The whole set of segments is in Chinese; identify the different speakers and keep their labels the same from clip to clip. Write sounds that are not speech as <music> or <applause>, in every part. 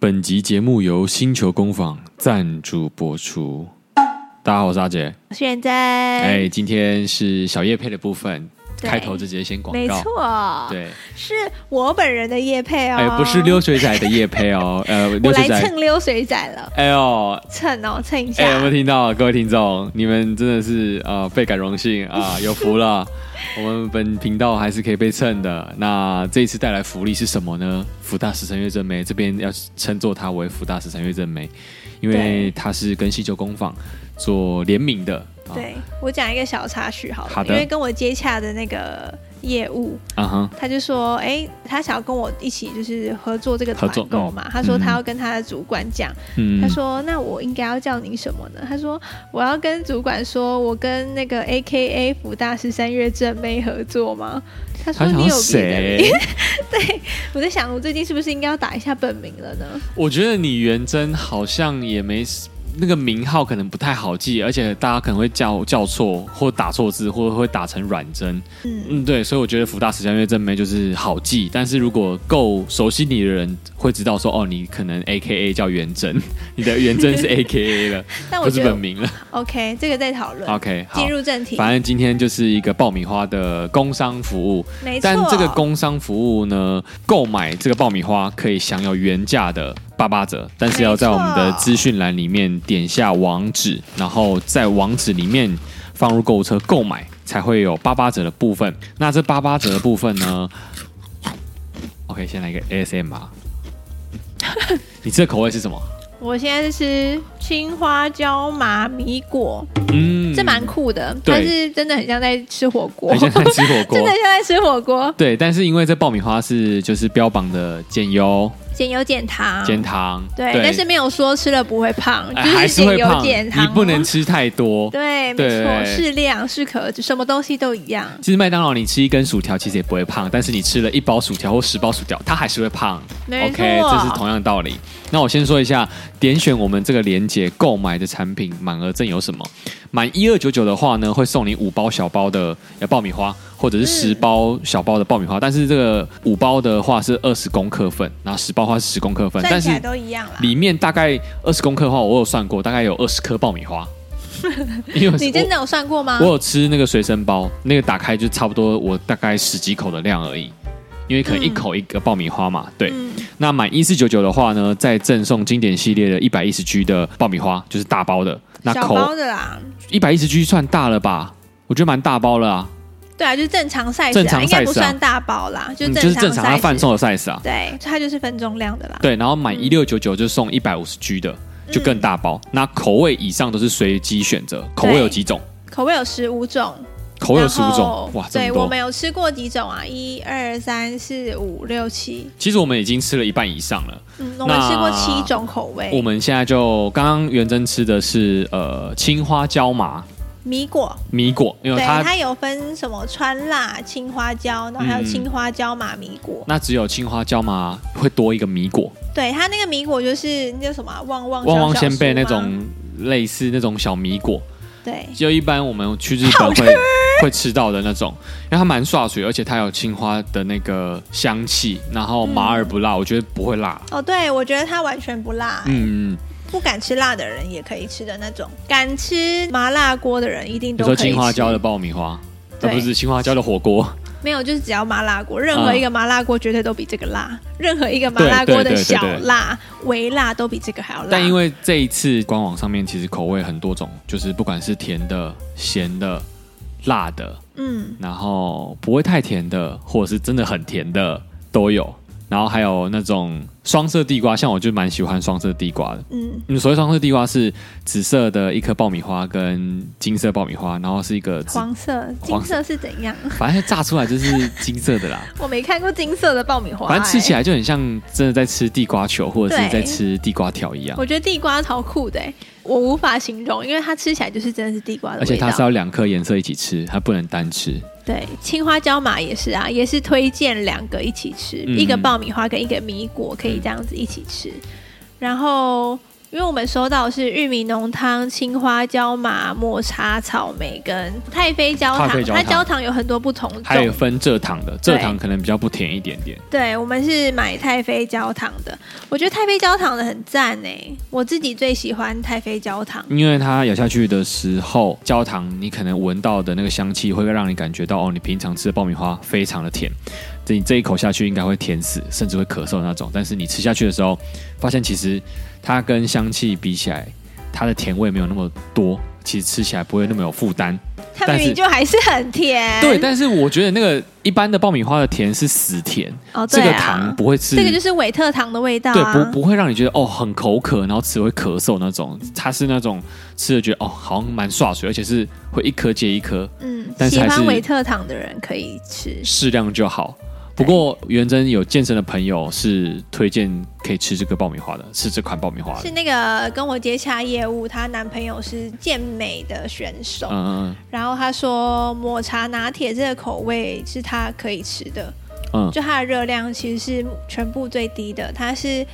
Speaker 1: 本集节目由星球工坊赞助播出。大家好，我是阿杰。
Speaker 2: 我是元真，
Speaker 1: 哎、今天是小叶配的部分，
Speaker 2: 对
Speaker 1: 开头就直接先广
Speaker 2: 没
Speaker 1: 告。
Speaker 2: 错，哦
Speaker 1: 对，
Speaker 2: 是我本人的叶配哦，
Speaker 1: 哎、不是溜，水仔的叶配哦，呃，溜
Speaker 2: <laughs> 我
Speaker 1: 水
Speaker 2: 来
Speaker 1: 仔，
Speaker 2: 蹭溜水仔了，
Speaker 1: 哎呦，
Speaker 2: 蹭哦，蹭一下，
Speaker 1: 哎、有没有听到各位听众？你们真的是啊、呃倍感荣幸啊、
Speaker 2: <laughs>
Speaker 1: 有福了。我们本频道还是可以被蹭的。那这一次带来福利是什么呢？福大十三月正美这边要称作它为福大十三月正美，因为
Speaker 2: 对
Speaker 1: 它是跟西九工坊做联名的。啊
Speaker 2: 对我讲一个小插曲好了，
Speaker 1: 好的
Speaker 2: 因为跟我接洽的那个业务，
Speaker 1: 啊哈，
Speaker 2: 他就说，哎、他想要跟我一起就是合作这个团
Speaker 1: 合作
Speaker 2: 购
Speaker 1: 嗯
Speaker 2: 嘛，他说他要跟他的主管讲，
Speaker 1: 嗯，
Speaker 2: 他说那我应该要叫你什么呢？他说我要跟主管说，我跟那个 A K A 福大十三月正妹合作吗？他说
Speaker 1: 他想
Speaker 2: 你
Speaker 1: 要
Speaker 2: 有别 <laughs> 的名
Speaker 1: 谁？
Speaker 2: 我在想，我最近是不是应该要打一下本名了呢？
Speaker 1: 我觉得你元真好像也没那个名号，可能不太好记，而且大家可能会叫叫错或打错字，或会打成软真。
Speaker 2: 嗯，
Speaker 1: 嗯，对，所以我觉得福大十三月正妹就是好记，但是如果够熟悉你的人会知道说，哦，你可能 A K A 叫元真， <laughs> 你的元
Speaker 2: <laughs>
Speaker 1: 真是 A K A 了，
Speaker 2: 但我
Speaker 1: 不是
Speaker 2: 觉得
Speaker 1: 本名了。
Speaker 2: OK，这个再讨论。
Speaker 1: OK，好
Speaker 2: 进。入正题，
Speaker 1: 反正今天就是一个爆米花的工商服务，
Speaker 2: 没错。
Speaker 1: 但这个工商服务呢，购买这个爆米花可以享有原价的八八折，但是要在我们的资讯栏里面点下网址，然后在网址里面放入购物车购买，才会有八八折的部分。那这八八折的部分呢？OK，先
Speaker 2: <laughs>
Speaker 1: 来一个 ASM r 啊你吃的口味是什么？
Speaker 2: 我现在是吃青花椒麻米果，
Speaker 1: 嗯
Speaker 2: 这蛮酷的，
Speaker 1: 对
Speaker 2: 但是真的很像在吃火锅，
Speaker 1: 很像在哎
Speaker 2: <laughs> 真
Speaker 1: 吃火锅
Speaker 2: 的。像在吃火锅，
Speaker 1: 对，但是因为这爆米花是就是标榜
Speaker 2: 嗯
Speaker 1: 的减油、
Speaker 2: 减油减糖。
Speaker 1: 减糖，
Speaker 2: 对，但是没有说吃了不会胖，
Speaker 1: 哎
Speaker 2: 就
Speaker 1: 还
Speaker 2: 是
Speaker 1: 是
Speaker 2: 减
Speaker 1: 会
Speaker 2: 油
Speaker 1: 胖，
Speaker 2: 减糖哦，
Speaker 1: 你不能吃太多。
Speaker 2: 对，没
Speaker 1: 对
Speaker 2: 错，适量适可，什么东西都一样。
Speaker 1: 其实麦当劳你吃一根薯条其实也不会胖，但是你吃了一包薯条或十包薯条，它还是会胖。
Speaker 2: 没错
Speaker 1: OK，这是同样的道理。那我先说一下，点选我们这个链接购买的产品满额赠有什么？满一二九九的话呢，会送你五包小包的呃爆米花，或
Speaker 2: 嗯
Speaker 1: 者是十包小包的爆米花。但是这个五包的话是二十公克份，然后十包的话是十公克份，但
Speaker 2: 算起
Speaker 1: 是
Speaker 2: 来都一样啦。
Speaker 1: 里面大概二十公克的话，我有算过，大概有二十颗爆米
Speaker 2: <laughs>
Speaker 1: 花。因为
Speaker 2: 你真的有算过吗
Speaker 1: 我？有吃那个随身包，那个打开就差不多我大概十几口的量而已，因为可能一口一个爆米花嘛。对，
Speaker 2: 嗯，
Speaker 1: 那满一四九九的话呢，再赠送经典系列的一百一十 G 的爆米花，就是大包的。那
Speaker 2: 小
Speaker 1: 口
Speaker 2: 包的啦，
Speaker 1: 一百一十 G 算大了吧？我觉得蛮大包了啊，
Speaker 2: 对啊，就是正常 size，、啊、
Speaker 1: 正常
Speaker 2: 应该
Speaker 1: size
Speaker 2: 不
Speaker 1: 啊
Speaker 2: 算大包啦，就
Speaker 1: 嗯
Speaker 2: 正常 size、
Speaker 1: 就是正常它贩售的 size 啊。
Speaker 2: 对，它就是分重量的啦。
Speaker 1: 对，然后
Speaker 2: 嗯
Speaker 1: 满一六九九就送一百五十 G 的，就更大包。那口味以上都是随机选择，口味有几种？
Speaker 2: 口味有十五种，
Speaker 1: 口味有十五
Speaker 2: 然后
Speaker 1: 种，哇，这
Speaker 2: 对
Speaker 1: 么
Speaker 2: 我
Speaker 1: 多
Speaker 2: 们！有吃过几种啊？一二三四五六七，
Speaker 1: 其实我们已经吃了一半以上了。
Speaker 2: 嗯，我们吃过
Speaker 1: 那
Speaker 2: 七种口味。
Speaker 1: 我们现在就刚刚元真吃的是呃青花椒麻
Speaker 2: 米果，
Speaker 1: 米果，因为
Speaker 2: 对，
Speaker 1: 它
Speaker 2: 它有分什么川辣、青花椒，然后还
Speaker 1: 嗯
Speaker 2: 有青花椒马米果。
Speaker 1: 那只有青花椒麻会多一个米果，
Speaker 2: 对，它那个米果就是那叫什么啊旺旺
Speaker 1: 旺旺
Speaker 2: 小小
Speaker 1: 仙贝
Speaker 2: 酥
Speaker 1: 那
Speaker 2: 吗
Speaker 1: 种类似那种小米果，
Speaker 2: 对，
Speaker 1: 就一般我们去日本
Speaker 2: 好吃
Speaker 1: 会会吃到的那种，因为它蛮爽水，而且它有青花的那个香气，然后马
Speaker 2: 嗯
Speaker 1: 尔不辣，我觉得不会辣。
Speaker 2: 哦，对，我觉得它完全不辣、
Speaker 1: 嗯，
Speaker 2: 不敢吃辣的人也可以吃的那种，敢吃麻辣锅的人一定
Speaker 1: 比如说
Speaker 2: 都可以
Speaker 1: 青
Speaker 2: 吃。
Speaker 1: 花椒的爆米花，而
Speaker 2: 对
Speaker 1: 不是青花椒的火锅。
Speaker 2: 没有，就是只要麻辣锅，任何一个麻辣锅绝对都比这个辣，任何一个麻辣
Speaker 1: 对
Speaker 2: 锅
Speaker 1: 对
Speaker 2: 的
Speaker 1: 对对
Speaker 2: 小
Speaker 1: 对
Speaker 2: 辣、微辣都比这个还要辣。
Speaker 1: 但因为这一次官网上面其实口味很多种，就是不管是甜的、咸的、辣的，
Speaker 2: 嗯，
Speaker 1: 然后不会太甜的，或者是真的很甜的都有。然后还有那种双色地瓜，像我就蛮喜欢双色地瓜的。
Speaker 2: 嗯，
Speaker 1: 嗯，所谓双色地瓜是紫色的一颗爆米花跟金色爆米花，然后是一个紫，
Speaker 2: <laughs> 黄色、金色是怎样？ <laughs>
Speaker 1: 反正炸出来就是金色的啦。
Speaker 2: 我没看过金色的爆米花、
Speaker 1: 反正吃起
Speaker 2: 来，
Speaker 1: 来就很像真的在吃地瓜球或者是在吃地瓜条一样，
Speaker 2: 哎我觉得地瓜超酷的、欸我无法形容，因为它吃起来就是真的是地瓜的味道。
Speaker 1: 而且它是要两颗颜色一起吃，它不能单吃。
Speaker 2: 对，青花椒麻也是啊，也是推荐两个一起吃，
Speaker 1: 嗯
Speaker 2: 一个爆米花跟一个米果可以这样子一起吃。然后因为我们收到的是玉米浓汤、青花椒麻、抹茶草莓跟太妃焦
Speaker 1: 太妃
Speaker 2: 糖，
Speaker 1: 焦
Speaker 2: 它
Speaker 1: 糖
Speaker 2: 焦糖有很多不同
Speaker 1: 还有
Speaker 2: 种。
Speaker 1: 分蔗糖的，
Speaker 2: 对
Speaker 1: 蔗糖可能比较不甜一点点。
Speaker 2: 对，我们是买太妃焦糖的，我觉得太妃焦糖的很赞哎、我自己最喜欢太妃焦糖。
Speaker 1: 因为它咬下去的时候，焦糖你可能闻到的那个香气会让你感觉到哦，你平常吃的爆米花非常的甜，这你这一口下去应该会甜死，甚至会咳嗽那种。但是你吃下去的时候，发现其实它跟香气比起来，它的甜味没有那么多，其实吃起来不会那么有负担。
Speaker 2: 它
Speaker 1: 但是
Speaker 2: 明明就还是很甜。
Speaker 1: 对，但是我觉得那个一般的爆米花的甜是死甜，
Speaker 2: 哦，
Speaker 1: 这
Speaker 2: 对
Speaker 1: 个
Speaker 2: 啊，
Speaker 1: 糖不会是
Speaker 2: 这个就是韦特糖的味道
Speaker 1: 对
Speaker 2: 啊。，
Speaker 1: 不不会让你觉得哦很口渴，然后吃会咳嗽那种。它是那种吃了觉得哦好像蛮爽水，而且是会一颗接一颗，
Speaker 2: 嗯，
Speaker 1: 但是
Speaker 2: 喜
Speaker 1: 还是
Speaker 2: 欢韦特糖的人可以吃。
Speaker 1: 适量就好。不过元真有健身的朋友是推荐可以吃这个爆米花的，吃这款爆米花的
Speaker 2: 是。那个跟我接洽业务，她男朋友是健美的选手，
Speaker 1: 嗯嗯
Speaker 2: 然后她说抹茶拿铁这个口味是她可以吃的，
Speaker 1: 嗯
Speaker 2: 就它的热量其实是全部最低的，它是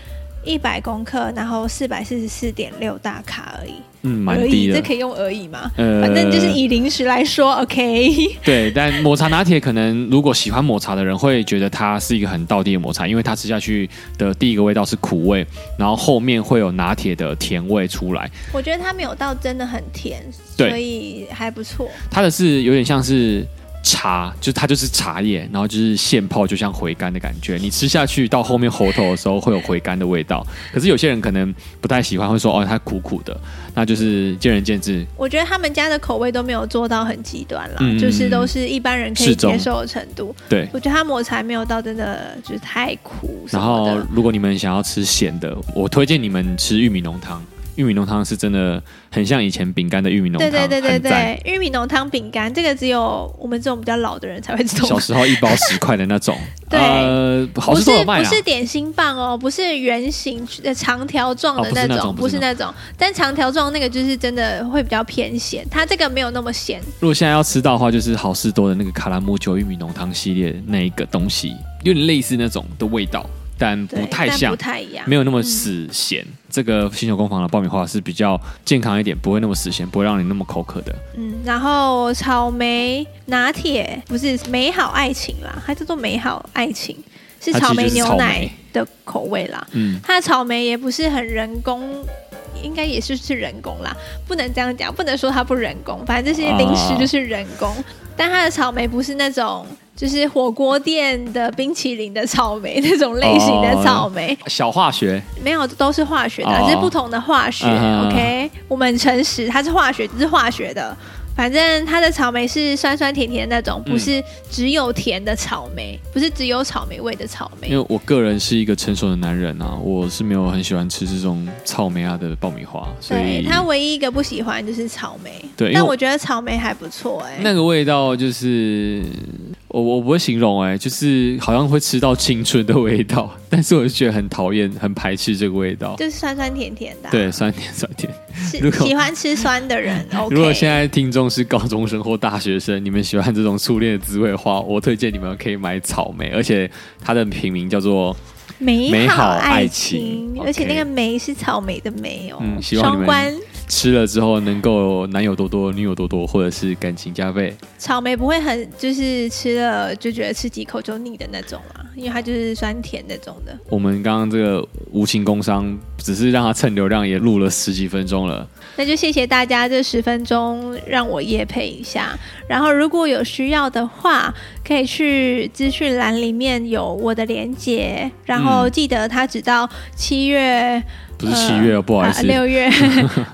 Speaker 2: 一百公克，然后四百四十四点六大卡而已，
Speaker 1: 嗯，蛮
Speaker 2: 而
Speaker 1: 低
Speaker 2: 已，这
Speaker 1: 的。
Speaker 2: 可以用而已吗？
Speaker 1: 呃
Speaker 2: 反正就是以零食来说，OK，
Speaker 1: <laughs> 对，但抹茶拿铁可能如果喜欢抹茶的人会觉得它是一个很道地的抹茶，因为它吃下去的第一个味道是苦味，然后后面会有拿铁的甜味出来。
Speaker 2: 我觉得它没有到真的很甜，
Speaker 1: 对
Speaker 2: 所以还不错。
Speaker 1: 它的是有点像是茶，就是它就是茶叶，然后就是现泡，就像回甘的感觉。你吃下去到后面喉头的时候会有回甘的味道，可是有些人可能不太喜欢，会说哦它苦苦的，那就是见仁见智。
Speaker 2: 我觉得他们家的口味都没有做到很极端啦，
Speaker 1: 嗯
Speaker 2: 就是都是一般人可以
Speaker 1: 适中
Speaker 2: 接受的程度。
Speaker 1: 对。
Speaker 2: 我觉得它抹茶没有到真的就是太苦什
Speaker 1: 然
Speaker 2: 么
Speaker 1: 后
Speaker 2: 的。
Speaker 1: 如果你们想要吃咸的，我推荐你们吃玉米浓汤。玉米浓汤是真的很像以前饼干的玉米浓汤，
Speaker 2: 对对对对
Speaker 1: 很赞。
Speaker 2: 对，玉米浓汤饼干这个只有我们这种比较老的人才会
Speaker 1: <laughs>
Speaker 2: 懂。
Speaker 1: 小时候一包十块的那种，
Speaker 2: <laughs> 对
Speaker 1: 呃，好
Speaker 2: 不
Speaker 1: 事
Speaker 2: 是
Speaker 1: 多有卖
Speaker 2: 不
Speaker 1: 啦。
Speaker 2: 是点心棒哦，不是圆形呃长条状的
Speaker 1: 哦不是那
Speaker 2: 种，
Speaker 1: 种
Speaker 2: 不
Speaker 1: 不
Speaker 2: 是
Speaker 1: 是
Speaker 2: 那种。但长条状那个就是真的会比较偏咸，它这个没有那么咸。
Speaker 1: 如果现在要吃到的话，就是好事多的那个卡拉木酒玉米浓汤系列那一个东西，有点类似那种的味道，但
Speaker 2: 对
Speaker 1: 不太
Speaker 2: 但
Speaker 1: 像
Speaker 2: 不，太一样。嗯
Speaker 1: 没有那么死咸。这个星球工坊的爆米花是比较健康一点，不会那么死咸，不会让你那么口渴的。
Speaker 2: 嗯，然后草莓拿铁不是美好爱情啦，它叫做美好爱情，是
Speaker 1: 它其实
Speaker 2: 草莓
Speaker 1: 就是
Speaker 2: 牛
Speaker 1: 草
Speaker 2: 奶
Speaker 1: 莓
Speaker 2: 的口味啦。
Speaker 1: 嗯，
Speaker 2: 它的草莓也不是很人工，应该也是是人工啦，不能这样讲，不能说它不人工，反正这些零食
Speaker 1: 啊
Speaker 2: 就是人工。但它的草莓不是那种就是火锅店的冰淇淋的草莓 <laughs> 那种类型
Speaker 1: 哦
Speaker 2: 的草莓，
Speaker 1: 小化学
Speaker 2: 没有都是化学的啊，
Speaker 1: 哦
Speaker 2: 这是不同的化学。
Speaker 1: 嗯哼
Speaker 2: OK，我们很诚实，它是化学，这是化学的。反正它的草莓是酸酸甜甜的那种，
Speaker 1: 嗯
Speaker 2: 不是只有甜的草莓，不是只有草莓味的草莓
Speaker 1: 因。为我个人是一个成熟的男人啊，我是没有很喜欢吃这种草莓啊的爆米花，所
Speaker 2: 对
Speaker 1: 以
Speaker 2: 他唯一一个不喜欢就是草莓，
Speaker 1: 对因为
Speaker 2: 但
Speaker 1: 我
Speaker 2: 我觉得草莓还不错哎、
Speaker 1: 那个味道就是我我不会形容哎、就是好像会吃到青春的味道，但是我就觉得很讨厌、 <laughs> 很排斥这个味道。
Speaker 2: 就是酸酸甜甜的啊、
Speaker 1: 对，酸甜酸甜。
Speaker 2: 是
Speaker 1: 如果
Speaker 2: 喜欢吃酸
Speaker 1: <laughs>
Speaker 2: 的人 OK。
Speaker 1: 如果现在听众是高中生或大学生，你们喜欢这种初恋的滋味的话，我推荐你们可以买草莓，而且它的品名叫做
Speaker 2: 美
Speaker 1: 美好
Speaker 2: 爱
Speaker 1: 爱情
Speaker 2: 而且
Speaker 1: OK
Speaker 2: 那个莓是草莓的莓哦，
Speaker 1: 嗯希望你
Speaker 2: 双
Speaker 1: 们
Speaker 2: 关
Speaker 1: 吃了之后能够男友多多、女友多多，或者是感情加倍。
Speaker 2: 草莓不会很就是吃了就觉得吃几口就腻的那种啦，因为它就是酸甜那种的。
Speaker 1: 我们刚刚这个无情工伤，只是让它蹭流量也录了十几分钟了。
Speaker 2: 那就谢谢大家这十分钟让我夜配一下。然后如果有需要的话，可以去资讯栏里面有我的连接，然后
Speaker 1: 嗯
Speaker 2: 记得它只到七月
Speaker 1: 不是七月，哦，不好意
Speaker 2: 啊
Speaker 1: 思，
Speaker 2: 六、月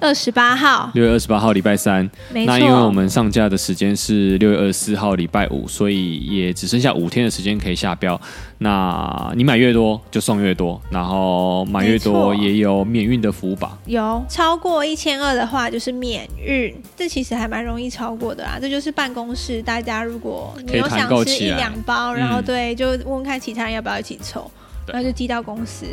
Speaker 2: 二十八号，
Speaker 1: 六月二十八号礼拜三。
Speaker 2: 没错。
Speaker 1: 那因为我们上架的时间是六月二十四号礼拜五，所以也只剩下五天的时间可以下标。那你买越多就送越多，然后买越多
Speaker 2: 没错
Speaker 1: 也有免运的服务吧。
Speaker 2: 有超过一千二的话，就是免运，这其实还蛮容易超过的啦。啊这就是办公室大家如果你
Speaker 1: 可以
Speaker 2: 有
Speaker 1: 团
Speaker 2: 想
Speaker 1: 购
Speaker 2: 吃
Speaker 1: 起
Speaker 2: 一
Speaker 1: 来
Speaker 2: 两包，然后
Speaker 1: 嗯
Speaker 2: 对，就问问看其他人要不要一起凑，
Speaker 1: 对
Speaker 2: 然后就寄到公司。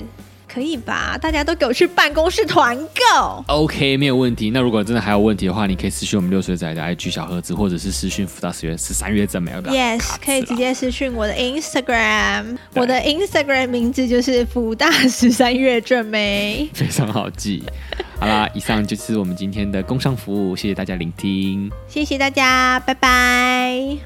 Speaker 2: 可以吧？大家都给我去办公室团购。
Speaker 1: OK，没有问题。那如果真的还有问题的话，你可以私讯我们六岁仔的 IG 小盒子，或者是私讯辅导十月十三月怎么样的
Speaker 2: Yes，可以直接私讯我的 Instagram，我的 Instagram 名字就是福大十三月正妹。
Speaker 1: 非常好记。 <laughs> 好啦，以上就是我们今天的工商服务，谢谢大家聆听。
Speaker 2: 谢谢大家，拜拜。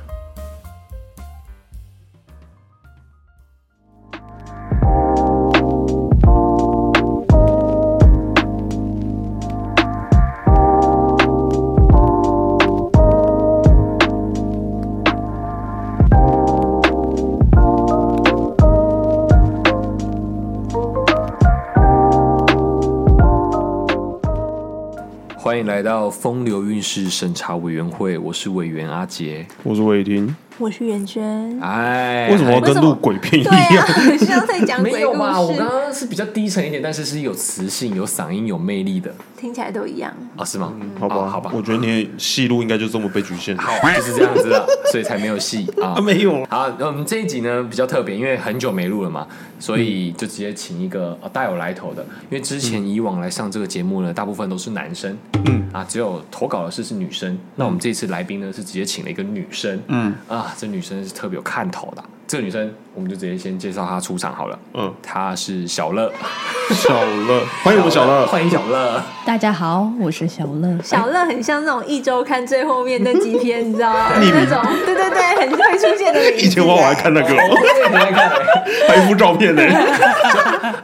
Speaker 1: 欢迎来到风流韵事审查委员会，我是委员阿杰。
Speaker 3: 我是魏婷，
Speaker 2: 我是袁轩。
Speaker 1: 哎，
Speaker 3: 为什么要
Speaker 2: 为
Speaker 3: 跟
Speaker 2: 什么
Speaker 3: 录鬼片一
Speaker 2: 对啊
Speaker 3: 样？，
Speaker 2: 像在讲
Speaker 1: 没
Speaker 2: 鬼
Speaker 1: 有
Speaker 2: 故
Speaker 1: 吧？我刚
Speaker 2: 事，
Speaker 1: 刚是比较低沉一点，但是是有磁性、有嗓音、有魅力的
Speaker 2: 听起来都一样。
Speaker 1: 哦，是吗？
Speaker 2: 嗯
Speaker 3: 好吧，
Speaker 1: 哦好吧
Speaker 3: 我，觉得你的戏路应该就这么被局限。啊，
Speaker 1: 好，就是这样
Speaker 2: <laughs>
Speaker 1: 子啊，所以才没有戏啊。
Speaker 3: 没有，
Speaker 1: 好，那我们这一集呢比较特别，因为很久没录了嘛，所以就直接请一个
Speaker 2: 嗯
Speaker 1: 呃大有来头的。因为之前以往来上这个节目呢，大部分都是男生，嗯啊，只有投稿的是是女生。那我们这次来宾呢是直接请了一个女生，嗯啊，这女生是特别有看头的啊。这个女生我们就直接先介绍她出场好了，
Speaker 3: 嗯，
Speaker 1: 她是小乐，
Speaker 3: 小乐，欢迎我们小乐。
Speaker 1: 欢迎小乐。
Speaker 4: 大家好，我是小乐。
Speaker 2: 小乐很像那种一周刊最后面那几篇，你知道吗？那种，对对对，很会出现的名
Speaker 3: <laughs>
Speaker 2: 字。
Speaker 3: 以前我还看那个
Speaker 1: 哦
Speaker 3: 哦，
Speaker 1: 我也来看欸
Speaker 3: <laughs> 还有一幅照片呢。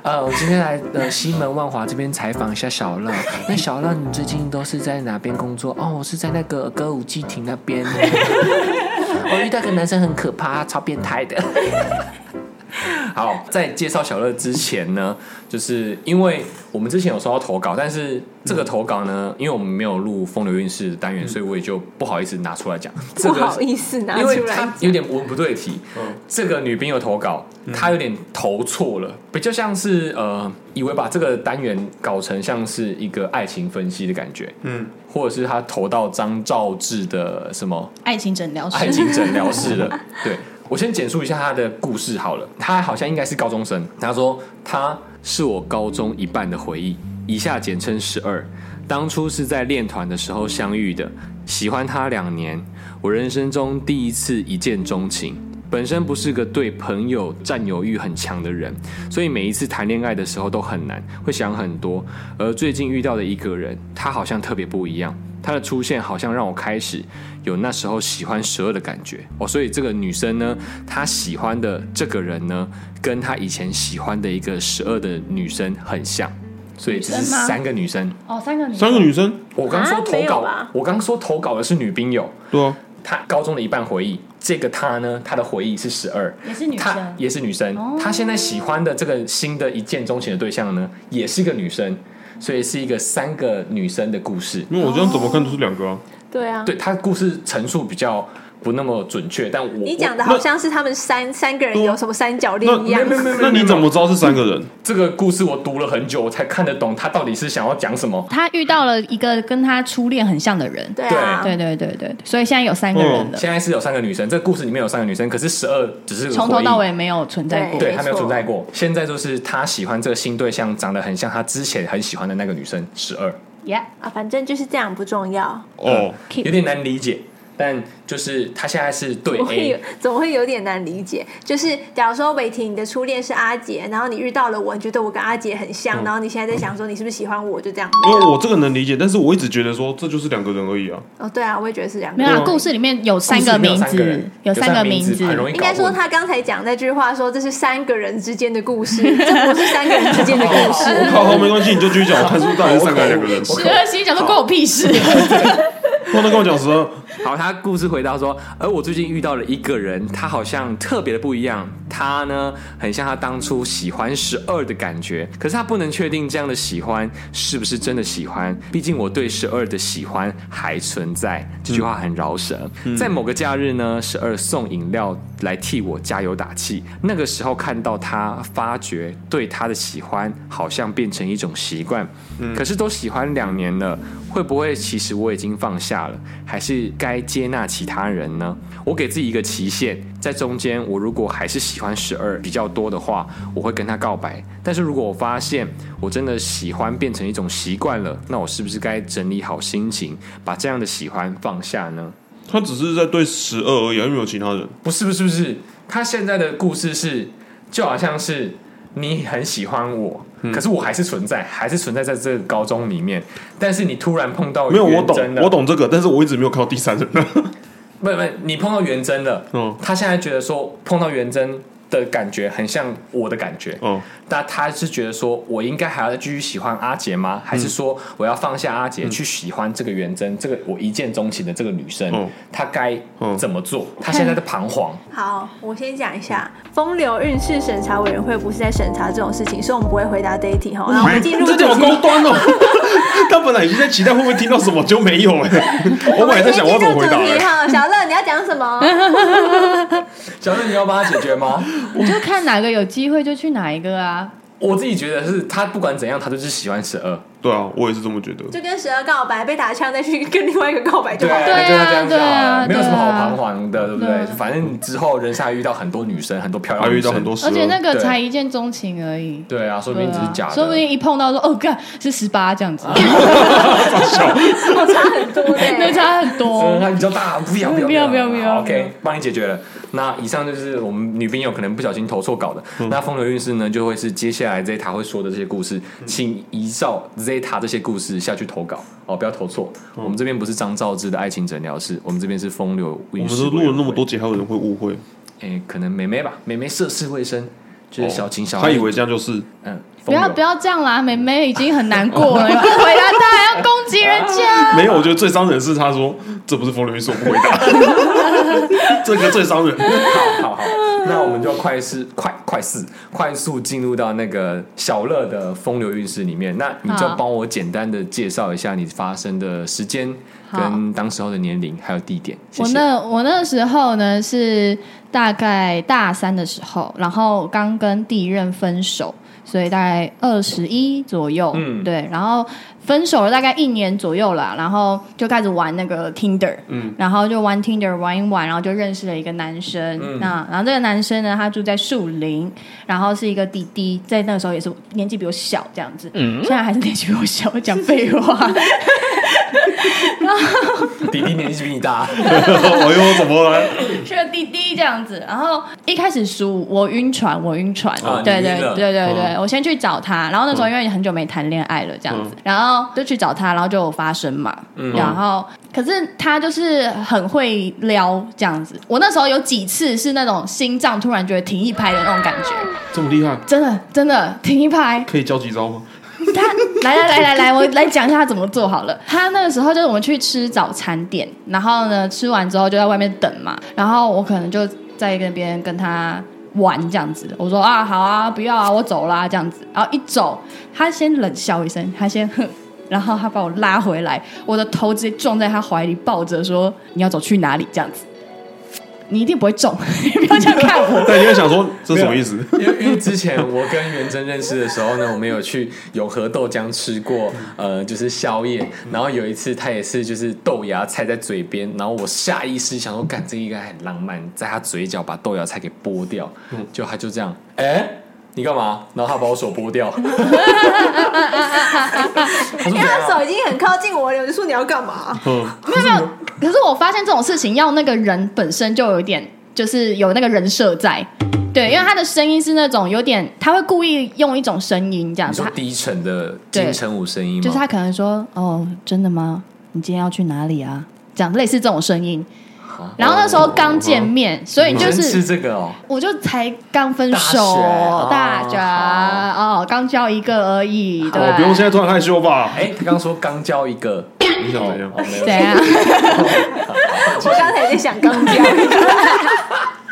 Speaker 1: 呃，我今天来呃西门万华这边采访一下小乐。那小乐，你最近都是在哪边工作？哦，我是在那个歌舞伎町那边。我遇到个男生很可怕，超变态的。好，在介绍小乐之前呢，就是因为我们之前有收到投稿，但是这个投稿呢，因为我们没有录风流韵事的单元，所以我也就不好意思拿出来讲。这
Speaker 2: 不
Speaker 1: 个
Speaker 2: 好意思拿
Speaker 1: 因
Speaker 2: 出
Speaker 1: 为
Speaker 2: 来
Speaker 1: 他。有点文不对题。这个女兵有投稿，她有点投错了，比较像是呃，以为把这个单元搞成像是一个爱情分析的感觉，
Speaker 3: 嗯，
Speaker 1: 或者是她投到张兆志的什么
Speaker 4: 爱情诊疗
Speaker 1: 爱
Speaker 4: 室，
Speaker 1: 情诊疗室
Speaker 4: <laughs>
Speaker 1: 了。对我先简述一下她的故事好了，她好像应该是高中生。她说她是我高中一半的回忆，以下简称十二。当初是在练团的时候相遇的，喜欢她两年，我人生中第一次一见钟情。本身不是个对朋友占有欲很强的人，所以每一次谈恋爱的时候都很难，会想很多。而最近遇到的一个人，他好像特别不一样，他的出现好像让我开始有那时候喜欢十二的感觉哦。所以这个女生呢，她喜欢的这个人呢，跟她以前喜欢的一个十二的女生很像，所以这是
Speaker 4: 女生吗
Speaker 1: 三个女生。
Speaker 4: 哦，三个女，
Speaker 3: 三个女生，
Speaker 1: 我刚说
Speaker 2: 啊
Speaker 1: 投
Speaker 2: 没
Speaker 1: 稿，
Speaker 2: 有吧
Speaker 1: 我刚说投稿的是女兵友，
Speaker 3: 对啊，
Speaker 1: 她高中的一半回忆。这个她呢，她的回忆是十二，
Speaker 4: 也是女
Speaker 1: 她
Speaker 4: 生，哦
Speaker 1: 也是女生，她现在喜欢的这个新的一见钟情的对象呢，也是一个女生，所以是一个三个女生的故事。
Speaker 3: 因为我这样怎么看都是两个啊。
Speaker 2: 对啊，
Speaker 1: 对，她故事陈述比较不那么准确，但我
Speaker 2: 你讲的好像是他们三三个人有什么三角
Speaker 3: 那
Speaker 2: 恋一样。
Speaker 3: 那你怎么知道是三个人？
Speaker 1: 我这个故事我读了很久，我才看得懂她到底是想要讲什么。
Speaker 4: 她遇到了一个跟她初恋很像的人，
Speaker 2: 对啊，
Speaker 4: 对对对对，所以现在有三个人了，
Speaker 1: 现在是有三个女生，这个故事里面有三个女生，可是十二只是个
Speaker 4: 从
Speaker 1: 回
Speaker 4: 头
Speaker 1: 忆
Speaker 4: 到尾没有存在过。
Speaker 1: 对，
Speaker 2: 没
Speaker 1: 他没有
Speaker 2: 错
Speaker 1: 存在过。现在就是他喜欢这个新对象，长得很像他之前很喜欢的那个女生十二，
Speaker 4: 耶，
Speaker 2: 啊，反正就是这样，不重要。
Speaker 1: 嗯
Speaker 3: 哦，
Speaker 2: Keep
Speaker 1: 有点难理解。但就是他现在是对
Speaker 2: 怎么会有
Speaker 1: A，
Speaker 2: 怎么会有点难理解？就是假如说伟霆，你的初恋是阿杰，然后你遇到了我，你觉得我跟阿杰很像，然后你现在在想说你是不是喜欢我，就这样。
Speaker 3: 因为我这个能理解，但是我一直觉得说这就是两个人而已啊。
Speaker 2: 哦，对啊，我也觉得是这样
Speaker 4: 没。有啊
Speaker 3: 对，
Speaker 4: 故事里面有三
Speaker 1: 故事
Speaker 4: 个
Speaker 1: 里面有
Speaker 4: 名
Speaker 1: 三个人
Speaker 4: 字，有三个名字，
Speaker 1: 很容易
Speaker 2: 应
Speaker 1: 搞混。
Speaker 2: 该说他刚才讲那句话说这是三个人之间的
Speaker 5: <laughs>
Speaker 2: 故事，这不是三个人之间的故
Speaker 3: <laughs>
Speaker 2: 事。
Speaker 3: 好好，没关系，你就继续讲，我看出到底是三个还是两 <laughs> 个人。
Speaker 4: 十二心里想说关我
Speaker 1: <laughs>
Speaker 4: 屁事，
Speaker 3: 不然他跟我讲十二，
Speaker 1: 好，他故事回到说，而我最近遇到了一个人，他好像特别的不一样，他呢很像他当初喜欢十二的感觉，可是他不能确定这样的喜欢是不是真的喜欢，毕竟我对十二的喜欢还存在。这句话很饶舌。在某个假日呢，十二送饮料来替我加油打气，那个时候看到他，发觉对他的喜欢好像变成一种习惯，可是都喜欢两年了，会不会其实我已经放下了，还是该接纳其他人呢？我给自己一个期限，在。在中间，我如果还是喜欢十二比较多的话，我会跟他告白。但是如果我发现我真的喜欢变成一种习惯了，那我是不是该整理好心情，把这样的喜欢放下呢？
Speaker 3: 他只是在对十二而已，还啊没有其他人。
Speaker 1: 不是不是不是，他现在的故事是就好像是你很喜欢我，
Speaker 3: 嗯
Speaker 1: 可是我还是存在，还是存在在这个高中里面。但是你突然碰到
Speaker 3: 没有，我
Speaker 1: 元
Speaker 3: 懂
Speaker 1: 真，了
Speaker 3: 我，懂这个，但是我一直没有看到第三人。
Speaker 1: 不不，你碰到元真了，
Speaker 3: 嗯
Speaker 1: 他现在觉得说碰到元真的感觉很像我的感觉，
Speaker 3: 哦，
Speaker 1: 那他是觉得说我应该还要继续喜欢阿杰
Speaker 3: 嗯
Speaker 1: 吗？还是说我要放下阿杰、去喜欢这个元真，这个我一见钟情的这个女生，
Speaker 3: 嗯
Speaker 1: 她该
Speaker 3: 嗯
Speaker 1: 怎么做？她现在在彷
Speaker 3: <laughs>
Speaker 1: 徨。
Speaker 2: 好，我先讲一下，
Speaker 5: 风流韵事审查委员会不是在审查这种事情，所以我们不会回答这一题哈。然后我们进入
Speaker 3: 哎这
Speaker 5: 主
Speaker 3: 叫
Speaker 5: 题，
Speaker 3: 高端哦。 <laughs> 他本来已经在期待会不会听到什么，就
Speaker 5: <laughs>
Speaker 3: 没有哎、我本来在想我要怎么回答、
Speaker 5: 我们进入主题
Speaker 3: 欸。
Speaker 5: 哈，小乐你要讲什么？ <laughs>
Speaker 1: 小乐，你要帮她解决吗？
Speaker 4: 就看哪个有机会就去哪一个啊。
Speaker 1: 我自己觉得是她不管怎样，她就是喜欢十二。
Speaker 3: 对啊，我也是这么觉得。
Speaker 5: 就跟蛇告白被打枪，再去跟另外一个告白就好
Speaker 3: <laughs>
Speaker 5: 了。
Speaker 1: 那就
Speaker 4: 对
Speaker 1: 是
Speaker 4: 啊
Speaker 1: 这样就好了
Speaker 4: 对啊
Speaker 1: 没有什么好
Speaker 4: 对啊
Speaker 1: 彷徨的，对不对？
Speaker 4: 对
Speaker 1: 反正你之后人生还遇到很多女生，很多漂
Speaker 3: 还
Speaker 1: 亮女
Speaker 3: 遇到
Speaker 1: 生，
Speaker 3: 很多啊十
Speaker 4: 而且那
Speaker 3: 二，
Speaker 4: 个
Speaker 1: 哦对
Speaker 4: 才一见钟情而已。
Speaker 1: 对啊，说不
Speaker 4: 对
Speaker 1: 定只是
Speaker 4: 啊
Speaker 1: 假的，
Speaker 4: 说不定一碰到说哦，干是十八这
Speaker 1: <laughs>
Speaker 4: 样子，
Speaker 5: 差很多
Speaker 3: <laughs>
Speaker 5: 的、
Speaker 4: <laughs> 那差很
Speaker 1: 嗯，
Speaker 4: 多。
Speaker 1: 它比较大，不要
Speaker 4: 嗯
Speaker 1: 不哦
Speaker 4: 不
Speaker 1: 要
Speaker 4: 要不要不要
Speaker 1: 好
Speaker 4: 不要
Speaker 1: ，OK，帮你解决了。那以上就是我们女兵有可能不小心投错稿的。那风流韵事呢，就会是接下来 Zeta 会说的这些故事，请依照 Zeta 这些故事下去投稿哦，不要投错。我们这边不是张兆志的爱情诊疗室，我们这边是风流
Speaker 5: 嗯
Speaker 3: 我
Speaker 1: 韵
Speaker 3: 们
Speaker 1: 事。
Speaker 3: 都录了那么多，节，还有人会误会，
Speaker 1: 哎，可能妹妹吧，妹妹涉世未深，就是小情小爱。
Speaker 3: 他哦以为这样就是
Speaker 1: 嗯，
Speaker 4: 不要不
Speaker 1: 要，
Speaker 4: 要这样啦，妹妹已经很难过了，你不回答她还要攻击人家。
Speaker 3: 没有。我觉得最伤人的是他说这不是风流韵事，我不回答。 <laughs> 这个最伤人。
Speaker 1: 好好，那我们就快是快快速快速进入到那个小乐的风流韵事里面。那你就
Speaker 4: 好
Speaker 1: 帮我简单的介绍一下你发生的时间、
Speaker 4: 好
Speaker 1: 跟当时候的年龄还有地点。谢
Speaker 4: 我
Speaker 1: 谢。
Speaker 4: 那我那时候呢是大概大三的时候，然后刚跟第一任分手，所以大概二十一左右，
Speaker 1: 嗯
Speaker 4: 对，然后分手了大概一年左右啦，然后就开始玩那个 Tinder，
Speaker 3: 嗯
Speaker 4: 然后就玩 Tinder 玩一玩，然后就认识了一个男生，
Speaker 1: 嗯
Speaker 4: 那然后这个男生呢他住在树林，然后是一个弟弟，在那个时候也是年纪比我小这样子，
Speaker 1: 嗯
Speaker 4: 现在还是年纪比我小，我讲废话。
Speaker 1: 弟弟年纪比你大，
Speaker 3: 哎呦，怎么了？
Speaker 4: 是个滴滴这样子。然后一开始输，我晕船，我晕船，
Speaker 1: 啊
Speaker 4: 对
Speaker 1: 你
Speaker 4: 对
Speaker 1: 晕了嗯
Speaker 4: 对对对，我先去找他。然后那时候因为很久没谈恋爱了，这样子，然后就去找他，然后就有发生嘛。
Speaker 1: 嗯
Speaker 4: 然后可是他就是很会撩这样子。我那时候有几次是那种心脏突然觉得停一拍的那种感觉，
Speaker 3: 这么厉害，
Speaker 4: 真的真的停一拍。
Speaker 3: 可以教几招吗？
Speaker 4: 他来来来来来，我来讲一下他怎么做好了。他那个时候就是我们去吃早餐店，然后呢吃完之后就在外面等嘛，然后我可能就在那边跟他玩这样子。我说啊好啊，不要啊，我走啦这样子。然后一走，他先冷笑一声，他先哼。然后他把我拉回来，我的头直接撞在他怀里，抱着说：“你要走去哪里？”这样子，你一定不会中， <laughs> 你不要这样看我。
Speaker 3: 但你会想说这什么意思？
Speaker 1: <laughs> 因为因为之前我跟元真认识的时候呢，我们有去永和豆浆吃过，呃，就是宵夜。然后有一次他也是就是豆芽菜在嘴边，然后我下意识想说，干这应该很浪漫，在他嘴角把豆芽菜给剥掉，就他就这样，哎、你干嘛？然后他把我手剥掉，我说
Speaker 5: 因
Speaker 1: 怎
Speaker 5: 为
Speaker 3: 啊
Speaker 5: 他手
Speaker 1: 样？
Speaker 5: 已经很靠近我了，我就说你要干
Speaker 4: <laughs>
Speaker 5: 嘛？
Speaker 3: 嗯，
Speaker 4: 没有没有，可是我发现这种事情要那个人本身就有一点，就是有那个人设在，对，因为他的声音是那种有点，他会故意用一种声音这样
Speaker 1: 你
Speaker 4: 子
Speaker 1: 说，低沉的金城武声音吗？
Speaker 4: 他就是他可能说，哦，真的吗？你今天要去哪里啊？这样类似这种声音。
Speaker 1: 哦
Speaker 4: 然后那时候刚见面，所以
Speaker 1: 女
Speaker 4: 就
Speaker 1: 生吃
Speaker 4: 是
Speaker 1: 这个哦，
Speaker 4: 我就才刚分手
Speaker 1: 大学，
Speaker 4: 大学
Speaker 1: 哦
Speaker 4: 哦，刚交一个而已，对
Speaker 3: 哦，，不用现在突然害羞吧？
Speaker 1: 哎，他刚说刚交一个，
Speaker 3: 你想怎样？
Speaker 1: 哦没有
Speaker 4: <laughs> 怎样？
Speaker 5: 我刚才在想刚讲，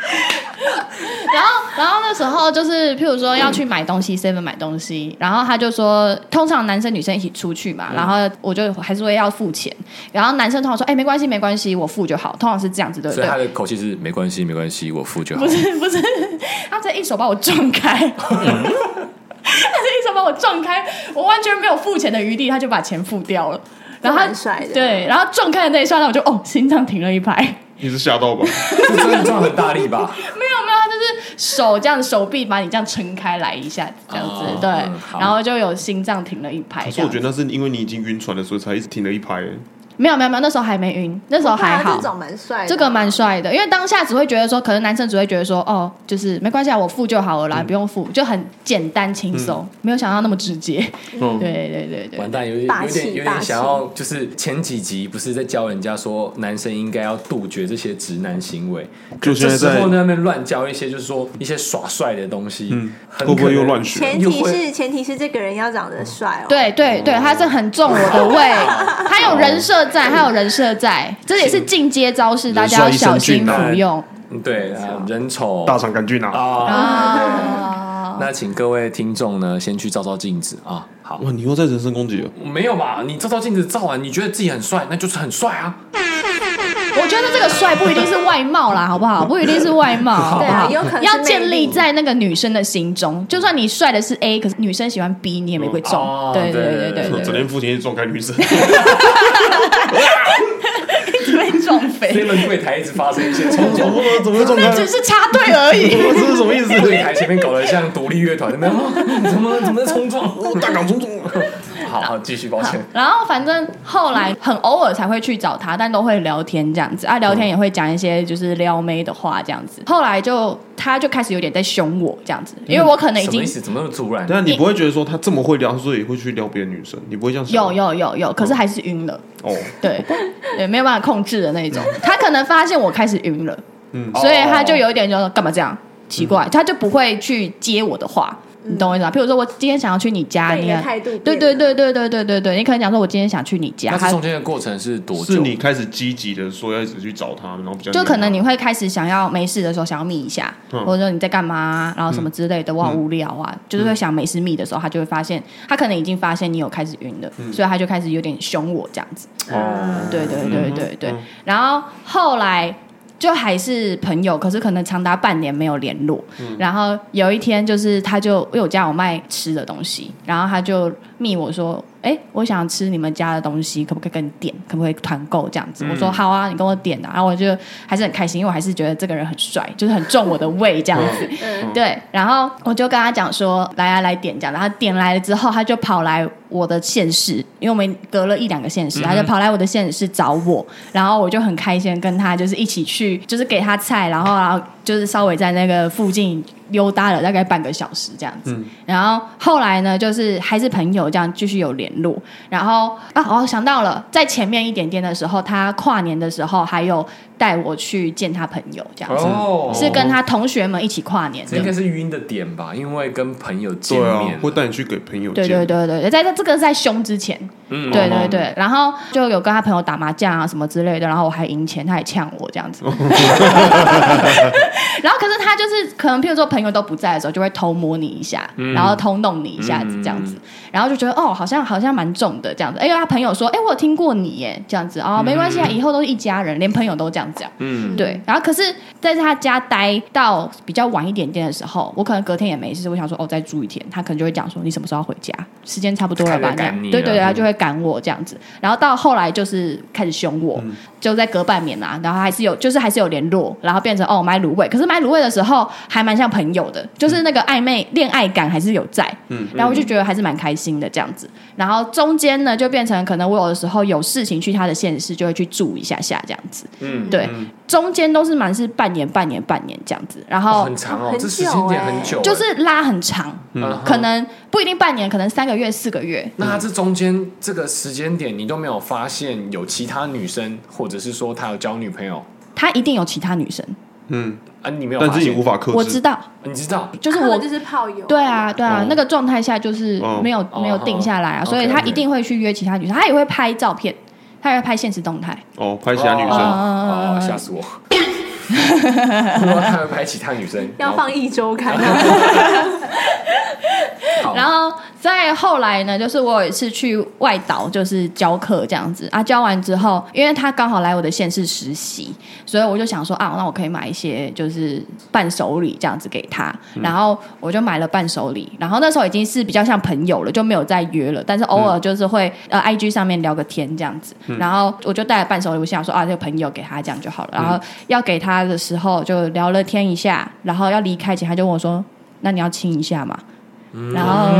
Speaker 4: 然后，然后那时候就是，譬如说要去买东西，seven 买东西，然后他就说，通常男生女生一起出去嘛，然后我就还是会要付钱，然后男生通常说，哎、没关系，没关系，我付就好，通常是这样子，对不
Speaker 1: 所以
Speaker 4: 对
Speaker 1: 他？的口气是没关系，没关系，我付就好
Speaker 4: 不。是不是，他这一手把我撞开，他这一手把我撞开，我完全没有付钱的余地，他就把钱付掉了，然后他
Speaker 5: 这蛮帅的
Speaker 4: 对，然后撞开的那一刹那，我就哦，心脏停了一拍。
Speaker 3: 你是吓到吧？
Speaker 1: 这真的撞很大力吧？
Speaker 4: 手这样手臂把你这样撑开来一下子，这样子、
Speaker 1: 哦
Speaker 4: 对
Speaker 1: 嗯，好
Speaker 4: 然后就有心脏停了一拍
Speaker 3: 可
Speaker 4: 哎这
Speaker 3: 是我
Speaker 4: 样
Speaker 3: 觉
Speaker 4: 子。
Speaker 3: 得那是因为你已经晕船了，所以才一直停了一拍。
Speaker 4: 没有没有没有，那时候还没晕，那时候还好
Speaker 5: 啊这。种蛮帅的，
Speaker 4: 这个蛮帅的，因为当下只会觉得说，可能男生只会觉得说，哦，就是没关系啊，我付就好了啦，不用付，就很简单轻松，没有想到那么直接。
Speaker 3: 嗯，
Speaker 4: 对对对对
Speaker 1: 完，蛋，有点
Speaker 5: 霸
Speaker 1: 有
Speaker 5: 气
Speaker 1: 点有
Speaker 5: 霸
Speaker 1: 点
Speaker 5: 气
Speaker 1: 想要，就是前几集不是在教人家说男生应该要杜绝这些直男行为，
Speaker 3: 就现
Speaker 1: 这
Speaker 3: 在
Speaker 1: 时
Speaker 3: 在
Speaker 1: 候在那边乱教一些，就是说一些耍帅的东西，
Speaker 3: 嗯
Speaker 1: 很
Speaker 3: 会不
Speaker 1: 可
Speaker 3: 会又
Speaker 1: 能
Speaker 3: 乱学？
Speaker 5: 前
Speaker 1: 又
Speaker 5: 提
Speaker 1: 会
Speaker 5: 是前提是这个人要长得帅哦。，
Speaker 4: 对对对，他是很重我的胃，他有人设在，他有人设在，这也是进阶招式，大家要小心服用
Speaker 1: 嗯对啊，人丑
Speaker 3: 大肠杆菌啊！
Speaker 1: 啊。
Speaker 4: 啊。
Speaker 1: 那请各位听众呢，先去照照镜子啊。好，
Speaker 3: 哇，你又在人身攻击了，
Speaker 1: 没有吧？你照照镜子，照完你觉得自己很帅，那就是很帅啊。
Speaker 4: 我觉得这个帅不一定是外貌啦，好不好？不一定是外貌，好
Speaker 5: <laughs>
Speaker 4: 不
Speaker 5: 对啊
Speaker 4: 好
Speaker 5: 有可能？是
Speaker 4: 要建立在那个女生的心中，就算你帅的是 A，可是女生喜欢 B，你也没会中
Speaker 1: 哦。
Speaker 4: 对对
Speaker 1: 对
Speaker 4: 对对对
Speaker 3: 整
Speaker 4: 对
Speaker 3: 天付钱撞开
Speaker 4: <laughs>
Speaker 3: 女生，
Speaker 4: 对， <laughs> 被撞
Speaker 1: 这 <laughs>
Speaker 4: 飞，
Speaker 1: 门柜台一直发生一些冲
Speaker 3: 怎
Speaker 4: <laughs>
Speaker 1: 撞，
Speaker 3: 么哦怎么会撞开
Speaker 4: 那？只是插队而已。 <laughs>
Speaker 3: 我这是什么意
Speaker 1: 柜
Speaker 3: 思？
Speaker 1: 台前面搞得像独立乐团那样，啊怎么 <laughs> 了怎么在冲撞？
Speaker 3: 哦大港中中， <laughs>
Speaker 1: 好好，继续，抱歉。
Speaker 4: 然后反正后来很偶尔才会去找他，但都会聊天这样子
Speaker 1: 嗯
Speaker 4: 啊，聊天也会讲一些就是撩妹的话这样子。后来就他就开始有点在凶我这样子，因为我可能
Speaker 1: 嗯什
Speaker 4: 已
Speaker 1: 么
Speaker 4: 经
Speaker 1: 意。思？怎么那么突然？
Speaker 3: 但你不会觉得说他这么会撩，所以会去撩别的女生？你不会这样想？
Speaker 4: 有有有
Speaker 1: 嗯
Speaker 4: 有，可是还是晕了，
Speaker 3: 哦，
Speaker 4: 对，对，没有办法控制的那一种。他可能发现我开始晕了，
Speaker 3: 嗯
Speaker 1: 哦
Speaker 4: 所以他
Speaker 5: 哦
Speaker 4: 就有一点就说干嘛这样奇怪，他就不会去接我的话，你懂我意思吧？譬如说我今天想要去你家，
Speaker 5: 对你的
Speaker 4: 看
Speaker 5: 态度变
Speaker 4: 啊对对对对对对对对，你可能讲说我今天想去你家，
Speaker 1: 那
Speaker 4: 他
Speaker 1: 这中间的过程是多久？
Speaker 3: 是你开始积极的说要一直去找他，然后比较
Speaker 4: 就可能你会开始想要没事的时候想要密一下，
Speaker 3: 嗯
Speaker 4: 或者说你在干嘛啊、然后什么之类的，我好无聊啊，就是会想没事密的时候，他就会发现他可能已经发现你有开始晕了，所以他就开始有点凶我这样子。
Speaker 3: 哦，
Speaker 4: 嗯对对对对对，然后后来。就还是朋友，可是可能长达半年没有联络。然后有一天，就是他就因为我家有卖吃的东西，然后他就密我说：“哎、我想吃你们家的东西，可不可以跟你点？可不可以团购这样子？”我说：“好啊，你跟我点啊。”然后我就还是很开心，因为我还是觉得这个人很帅，就是很中我的胃这样子。
Speaker 5: 嗯，
Speaker 4: 对，然后我就跟他讲说，来啊来点这样，然后他点来了之后，他就跑来我的县市，因为我们隔了一两个县
Speaker 1: 嗯
Speaker 4: 市，他就跑来我的县市找我，然后我就很开心地跟他就是一起去，就是给他菜，然后然后就是稍微在那个附近溜达了大概半个小时这样子，
Speaker 1: 嗯
Speaker 4: 然后后来呢，就是还是朋友这样继续有联络，然后啊，哦想到了，在前面一点点的时候，他跨年的时候还有带我去见他朋友这样子。
Speaker 1: 哦，
Speaker 4: 是跟他同学们一起跨年的，
Speaker 1: 这应该是晕的点吧？因为跟朋友见
Speaker 3: 对啊
Speaker 1: 面，
Speaker 3: 会带你去给朋友
Speaker 4: 对
Speaker 3: 见，
Speaker 4: 对对对，对在在这个是在凶之前，
Speaker 1: 嗯
Speaker 4: 对
Speaker 3: 哦
Speaker 4: 对对，然后就有跟他朋友打麻将啊什么之类的，然后我还赢钱，他也呛我这样子。 <laughs> 然后可是他就是可能，譬如说朋友都不在的时候，就会偷摸你一下，然后偷弄你一下子这样子，然后就觉得哦，好像好像蛮重的这样子。哎，因为他朋友说，哎，我有听过你耶，这样子哦，没关系啊，以后都是一家人，连朋友都这样讲。
Speaker 1: 嗯，
Speaker 4: 对，然后可是在他家待到比较晚一点点的时候，我可能隔天也没事，我想说哦再住一天，他可能就会讲说你什么时候要回家，时间差不多了吧
Speaker 1: 开始？
Speaker 4: 这样
Speaker 1: 赶你
Speaker 4: 对对
Speaker 1: 了
Speaker 4: 对，他就会赶我这样子。然后到后来就是开始凶我，就在隔半年啊啦，然后还是有就是还是有联络，然后变成哦买卤味，可是买卤味的时候还蛮像朋友的，就是那个暧昧恋爱感还是有在，嗯，然后我就觉得还是蛮开心的这样子。然后中间呢就变成可能我有的时候有事情去他的县市就会去住一下下这样子，
Speaker 1: 嗯，
Speaker 4: 对，中间都是蛮是半年、半年、半年这样子，然
Speaker 1: 哦
Speaker 4: 后
Speaker 1: 很长
Speaker 5: 很
Speaker 1: 哦，
Speaker 5: 久
Speaker 1: 这时间点很久欸，
Speaker 4: 就是拉很长，
Speaker 1: 嗯
Speaker 4: 可能不一定半年，可能三个月、四个月。
Speaker 1: 那他这中间这个时间点，你都没有发现有其他女生，或者是说他有交女朋友
Speaker 4: 他一定有其他女生，
Speaker 3: 嗯，
Speaker 1: 啊？你没有发
Speaker 3: 但
Speaker 1: 现，啊
Speaker 3: 是你无法克制，
Speaker 4: 我知道，
Speaker 1: 你知道
Speaker 4: 就是
Speaker 5: 啊
Speaker 2: 啊
Speaker 5: 他
Speaker 4: 我
Speaker 5: 们就是炮友，
Speaker 4: 对啊，对啊，那个状态下就是
Speaker 3: 哦
Speaker 4: 没有、没有
Speaker 1: 哦
Speaker 4: 定下来啊，
Speaker 1: 哦
Speaker 4: 所以他
Speaker 1: OK，OK
Speaker 4: 一定会去约其他女生，他也会拍照片，他也会拍现实动态。
Speaker 3: 哦，拍其他女生，
Speaker 4: 嗯
Speaker 1: 哦，哦吓
Speaker 4: <laughs>
Speaker 1: 死我！ <laughs> 我他
Speaker 5: 啊
Speaker 1: 会拍其他女生，
Speaker 5: 要放一周刊，
Speaker 4: 然后再后来呢，就是我有一次去外岛，就是教课这样子啊，教完之后，因为他刚好来我的县市实习，所以我就想说啊，那我可以买一些就是伴手礼这样子给他，然后我就买了伴手礼，然后那时候已经是比较像朋友了，就没有再约了，但是偶尔就是会、呃 IG 上面聊个天这样子，然后我就带了伴手礼，我想说啊，这个朋友给他这样就好了，然后要给他的时候就聊了天一下，然后要离开前他就问我说，那你要亲一下嘛，然后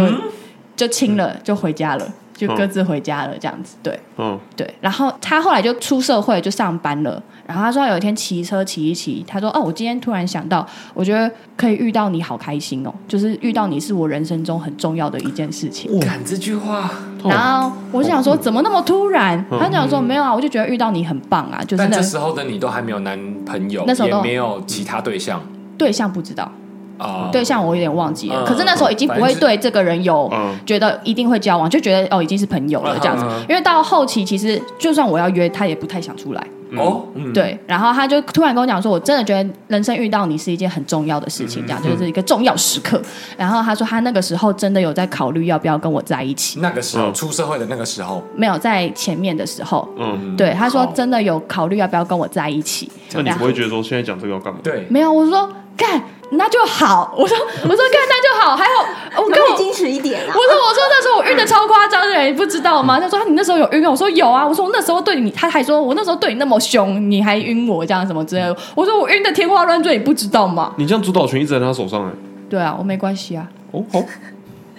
Speaker 4: 就亲了，就回家了，就各自回家了，这样子。对
Speaker 3: 嗯，
Speaker 4: 对，然后他后来就出社会，就上班了。然后他说他有一天骑车骑一骑，他说：“哦，我今天突然想到，我觉得可以遇到你好开心哦，就是遇到你是我人生中很重要的一件事情。”
Speaker 1: 敢这句话，
Speaker 4: 然后我就想说，怎么那么突然？他讲说没有啊，我就觉得遇到你很棒啊，就是
Speaker 1: 但
Speaker 4: 那
Speaker 1: 这时候的你都还没有男朋友，
Speaker 4: 那时候都
Speaker 1: 也没有其他对象
Speaker 4: 对象不知道。
Speaker 3: 哦
Speaker 1: 啊。
Speaker 4: 对象我有点忘记了，
Speaker 1: 嗯
Speaker 4: 可是那时候已经不会对这个人有
Speaker 3: 嗯
Speaker 4: 觉得一定会交往，就觉得哦已经是朋友了这样子
Speaker 1: 嗯嗯嗯。
Speaker 4: 因为到后期其实就算我要约他也不太想出来，
Speaker 1: 哦，嗯，
Speaker 4: 对。然后他就突然跟我讲说，我真的觉得人生遇到你是一件很重要的事
Speaker 3: 嗯
Speaker 4: 情，这样就是一个重要时刻。然后他说他那个时候真的有在考虑要不要跟我在一起，
Speaker 1: 那个时候
Speaker 3: 嗯
Speaker 1: 出社会的那个时候，
Speaker 4: 没有在前面的时候，
Speaker 3: 嗯，
Speaker 4: 对他说
Speaker 1: 好
Speaker 4: 真的有考虑要不要跟我在一起。
Speaker 3: 那你不
Speaker 4: 嗯
Speaker 3: 会觉得说现在讲这个要干嘛？
Speaker 1: 对，
Speaker 4: 没有，我说干那就好，我说我说干那就好，还有我
Speaker 5: 可
Speaker 4: 跟
Speaker 5: 不可
Speaker 4: 我
Speaker 5: 以矜持一点
Speaker 4: <laughs> 我
Speaker 5: 啊？
Speaker 4: 说我说那时候我晕的超夸张的，你不知道
Speaker 5: 嗯
Speaker 4: 吗？他说你那时候有晕吗，我说有啊。我说我那时候对你，他还说我那时候对你那么凶，你还晕我这样什么之类的。我说我晕的天花乱坠，你不知道吗？
Speaker 3: 你这样主导权一直在他手上哎、
Speaker 4: 对啊，我没关系啊。
Speaker 3: 哦，好，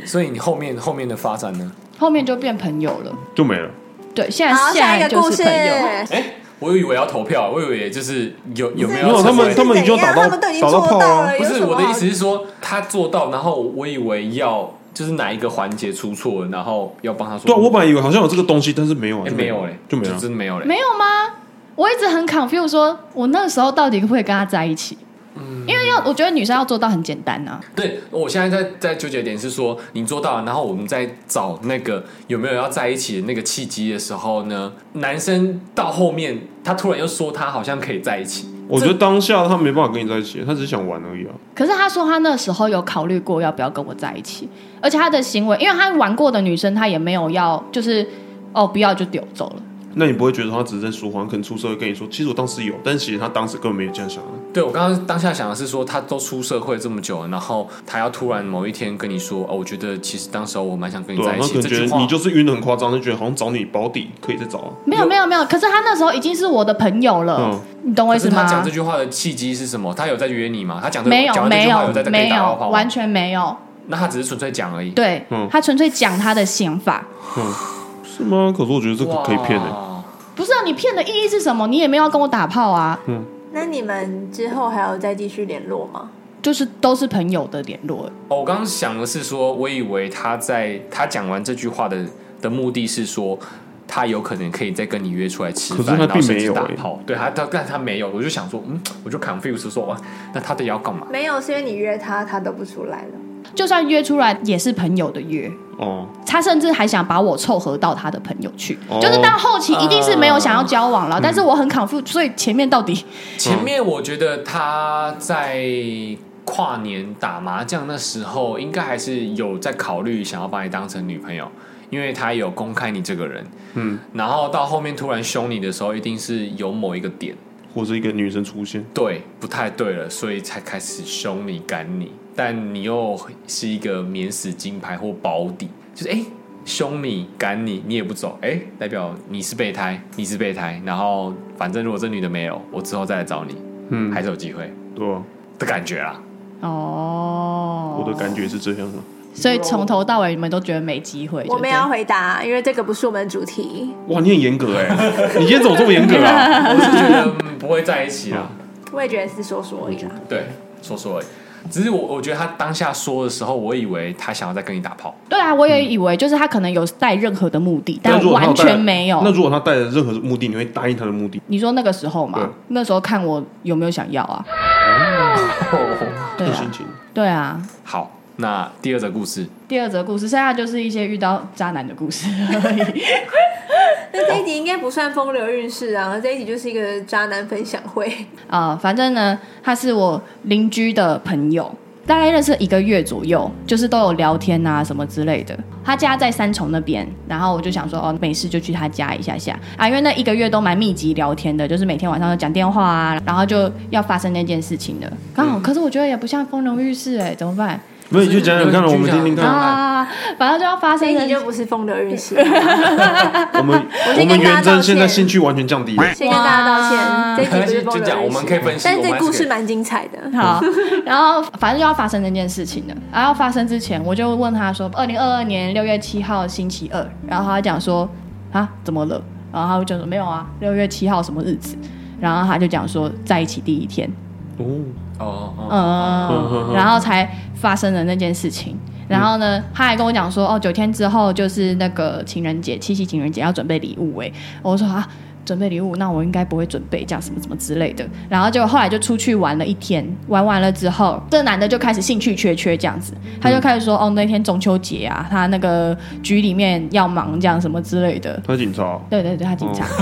Speaker 1: 所以你后面后面的发展呢？
Speaker 4: 后面就变朋友了。
Speaker 3: 就没了。
Speaker 4: 对，现在
Speaker 5: 好，
Speaker 4: 现
Speaker 5: 下一
Speaker 4: 在
Speaker 5: 个故
Speaker 4: 就
Speaker 5: 事
Speaker 4: 是朋友。
Speaker 1: 哎，我以为要投票，我以为就是有有没
Speaker 3: 没
Speaker 1: 有
Speaker 3: 有他们
Speaker 1: 成为
Speaker 3: 他们已经有打到
Speaker 5: 他们都已经
Speaker 3: 打到
Speaker 5: 做
Speaker 3: 炮
Speaker 5: 到
Speaker 3: 啊
Speaker 5: 了，
Speaker 1: 不
Speaker 5: 有
Speaker 1: 是
Speaker 5: 什么
Speaker 1: 我的
Speaker 5: 好
Speaker 1: 意思是说，他做到，然后我以为要就是哪一个环节出错了，然后要帮他说。
Speaker 3: 对啊，我本来以为好像有这个东西，但是没有啊，
Speaker 1: 哎
Speaker 3: 就
Speaker 1: 没有嘞，
Speaker 3: 就没了。
Speaker 1: 真的没有嘞。
Speaker 4: 没有吗？我一直很 confused，说我那时候到底可不可以跟他在一起？
Speaker 5: 嗯
Speaker 4: 因为要我觉得女生要做到很简单啊。
Speaker 1: 对，我现在在在纠结的点是说，你做到了，然后我们在找那个有没有要在一起的那个契机的时候呢，男生到后面他突然又说他好像可以在一起，
Speaker 3: 我觉得当下他没办法跟你在一起，他只是想玩而已啊。
Speaker 4: 可是他说他那时候有考虑过要不要跟我在一起，而且他的行为，因为他玩过的女生，他也没有要，就是哦不要就丢走了。
Speaker 3: 那你不会觉得他只是在说谎？可能出社会跟你说，其实我当时有，但其实他当时根本没有这样想啊。
Speaker 1: 对我刚刚当下想的是说，他都出社会这么久了，然后他要突然某一天跟你说，哦，我觉得其实当时候我蛮想跟你
Speaker 3: 对啊
Speaker 1: 在，一
Speaker 3: 他
Speaker 1: 起，
Speaker 3: 可能
Speaker 1: 这
Speaker 3: 觉
Speaker 1: 句
Speaker 3: 得
Speaker 1: 话
Speaker 3: 你就是晕的很夸张，就觉得好像找你保底可以再找啊。
Speaker 4: 没有没有没有，可是他那时候已经是我的朋友了，
Speaker 3: 嗯
Speaker 4: 你懂我意
Speaker 1: 可
Speaker 4: 思
Speaker 1: 是
Speaker 4: 吗
Speaker 1: 他？讲这句话的契机是什么？他有在约你吗？他讲这
Speaker 4: 没有
Speaker 1: 讲完这
Speaker 4: 没
Speaker 1: 句话
Speaker 4: 有
Speaker 1: 在跟
Speaker 4: 没
Speaker 1: 你打
Speaker 4: 有
Speaker 1: 招呼吗
Speaker 4: 完全没有，
Speaker 1: 那他只是纯粹讲而已。
Speaker 4: 对、
Speaker 3: 嗯
Speaker 4: 他纯粹讲他的想法，
Speaker 3: 是吗？可是我觉得这个可以骗欸的、
Speaker 1: 哇
Speaker 4: 不是啊？你骗的意义是什么？你也没有要跟我打炮啊，
Speaker 1: 嗯
Speaker 5: 那你们之后还有再继续联络吗？
Speaker 4: 就是都是朋友的联络，
Speaker 1: 哦我刚刚想的是说，我以为他在他讲完这句话的的目的是说，他有可能可以再跟你约出来吃
Speaker 3: 可是
Speaker 1: 饭，
Speaker 3: 他
Speaker 1: 然后
Speaker 3: 并
Speaker 1: 甚
Speaker 3: 没
Speaker 1: 至
Speaker 3: 有
Speaker 1: 打
Speaker 3: 欸
Speaker 1: 炮。对他，他但他没有，我就想说，嗯，我就 confuse 说，哇，那他到底要干嘛？
Speaker 5: 没有，是因为你约他，他都不出来了。
Speaker 4: 就算约出来也是朋友的约。
Speaker 3: 哦。
Speaker 4: 他甚至还想把我凑合到他的朋友去，
Speaker 3: 哦
Speaker 4: 就是到后期一定是没有想要交往了，
Speaker 1: 嗯
Speaker 4: 但是我很 confused，所以前面到底
Speaker 3: 嗯
Speaker 1: 前面我觉得他在跨年打麻将那时候，应该还是有在考虑想要把你当成女朋友，因为他有公开你这个人，嗯，然后到后面突然凶你的时候，一定是有某一个点。
Speaker 3: 或是一个女生出现，
Speaker 1: 对，不太对了，所以才开始凶你、赶你，但你又是一个免死金牌或保底，就是哎、诶凶你、赶你，你也不走，哎、代表你是备胎，你是备胎，然后反正如果这女的没有，我之后再来找你，
Speaker 3: 嗯，
Speaker 1: 还是有机会
Speaker 3: 对吧、
Speaker 1: 的感觉啦。
Speaker 4: 哦，
Speaker 3: 我的感觉是这样啊。
Speaker 4: 所以从头到尾你们都觉得没机会，
Speaker 5: 我
Speaker 4: 就
Speaker 5: 们
Speaker 4: 这样
Speaker 5: 要回答，啊因为这个不是我们的主题。
Speaker 3: 哇，你很严格
Speaker 1: <laughs>
Speaker 3: <laughs> 哎、你今天怎么这么严格啊？
Speaker 1: 我是觉得、嗯不会在一起啦，
Speaker 5: 我也觉得是说说而已啊啦。
Speaker 1: 对，说说而已。只是我我觉得他当下说的时候，我以为他想要再跟你打炮，
Speaker 4: 对啊，我也以为就是他可能有带任何的目的，
Speaker 3: 嗯那
Speaker 4: <laughs> 但
Speaker 3: 如果他
Speaker 4: 完
Speaker 3: 带
Speaker 4: 全没有
Speaker 3: 那。如果他带着任何目的，你会答应他的目的？
Speaker 4: 你说那个时候
Speaker 3: 对
Speaker 4: 嘛，那时候看我有没有想要啊？对
Speaker 3: 这
Speaker 4: 啊
Speaker 3: 心，情
Speaker 4: 对啊。
Speaker 1: 好，那第二则故事，
Speaker 4: 第二则故事，剩下就是一些遇到渣男的故事而已。
Speaker 5: 那这一集应该不算风流韵事啊，这一集就是一个渣男分享会。
Speaker 4: 啊、反正呢，他是我邻居的朋友。大概认识一个月左右，就是都有聊天啊什么之类的。他家在三重那边，然后我就想说，哦，没事就去他家一下下啊，因为那一个月都蛮密集聊天的，就是每天晚上都讲电话啊，然后就要发生那件事情的。刚好，可是我觉得也不像风容浴室哎、怎么办
Speaker 3: 没有你就讲讲看，我们听听看。
Speaker 4: 啊？ <laughs> 反正就要发
Speaker 5: 这
Speaker 4: 生
Speaker 5: 一
Speaker 4: 的
Speaker 5: 集就不是风流运势，
Speaker 4: <laughs>
Speaker 3: 我们
Speaker 5: 先
Speaker 3: 我
Speaker 5: 跟
Speaker 3: 们
Speaker 5: 大家
Speaker 3: 元
Speaker 5: 道
Speaker 3: 真现在
Speaker 5: 歉
Speaker 3: 兴趣完全降低了。
Speaker 5: 先跟大家
Speaker 4: 哇
Speaker 5: 道歉，这一集不是
Speaker 1: 啊没关
Speaker 5: 风
Speaker 1: 系就讲
Speaker 5: 流
Speaker 1: 我
Speaker 5: 运
Speaker 1: 们可以
Speaker 5: 势，
Speaker 1: 分析
Speaker 5: 但是这
Speaker 1: 我们还是
Speaker 5: 故事
Speaker 1: 可以
Speaker 5: 蛮精彩的。
Speaker 4: 好，然后反正就要发生那件事情了。然后发生之前，我就问他说，二零二二年六月七号星期二，然后他讲说啊怎么了？然后他就说没有啊，六月七号什么日子？然后他就讲说在一起第一天，
Speaker 3: 哦，
Speaker 1: 哦哦，
Speaker 4: 嗯，然后才发生了那件事情。然后呢，他还跟我讲说，哦，九天之后就是那个情人节，七夕情人节要准备礼物哎。我说啊，准备礼物，那我应该不会准备这样什么什么之类的。然后就后来就出去玩了一天，玩完了之后，这男的就开始兴趣缺缺这样子，他就开始说，哦，那天中秋节啊，他那个局里面要忙这样什么之类的。
Speaker 3: 他是警察，
Speaker 4: 对对对，他警察， <laughs>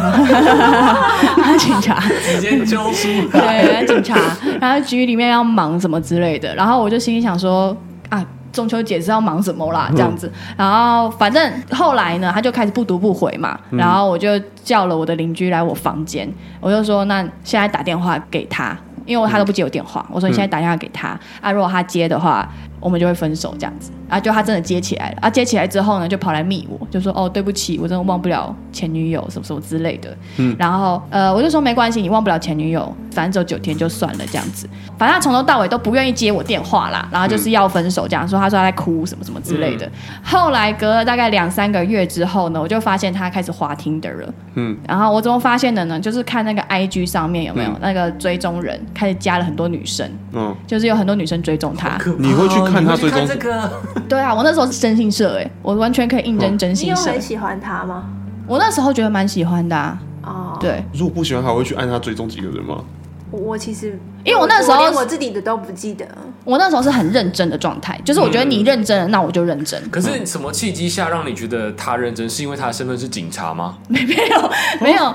Speaker 4: 他警察。
Speaker 1: 直接揪出来。
Speaker 4: 对，警察，然后局里面要忙什么之类的，然后我就心里想说啊。中秋节是要忙什么啦？这样子，然后反正后来呢，他就开始不读不回嘛，然后我就叫了我的邻居来我房间，我就说那现在打电话给他，因为他都不接我电话，我说你现在打电话给他啊，如果他接的话，我们就会分手这样子啊，就他真的接起来了啊，接起来之后呢，就跑来密我，就说哦对不起，我真的忘不了前女友什么什么之类的，然后呃，我就说没关系，你忘不了前女友，反正只有九天就算了这样子。反正他从头到尾都不愿意接我电话啦，然后就是
Speaker 5: 嗯
Speaker 4: 要分手这样说，他说他在哭什么什么之类的。后来隔了大概两三个月之后呢，我就发现他开始滑听的了。嗯，然后我怎么发现的呢？就是看那个 IG 上面有没有、
Speaker 5: 嗯
Speaker 4: 那个追踪人开始加了很多女生，
Speaker 3: 嗯，
Speaker 4: 就是有很多女生追踪他。
Speaker 3: 你会去看他追踪
Speaker 1: 你会去看这个？
Speaker 4: 对啊，我那时候是真心社哎、我完全可以应征真
Speaker 5: 哦你
Speaker 4: 心
Speaker 5: 有
Speaker 4: 社。
Speaker 5: 很喜欢他吗？
Speaker 4: 我那时候觉得蛮喜欢的、啊，
Speaker 5: 哦，
Speaker 4: 对。
Speaker 3: 如果不喜欢他，会去按他追踪几个人吗？
Speaker 5: 我我其实
Speaker 4: 因为我那时候
Speaker 5: 连我自己的都不记得，
Speaker 4: 我那时候是很认真的状态，就是我觉得你认真了，那我就认真。
Speaker 1: 可是什么契机下让你觉得他认真？是因为他的身份是警察吗？
Speaker 4: 没有， <laughs> 没有，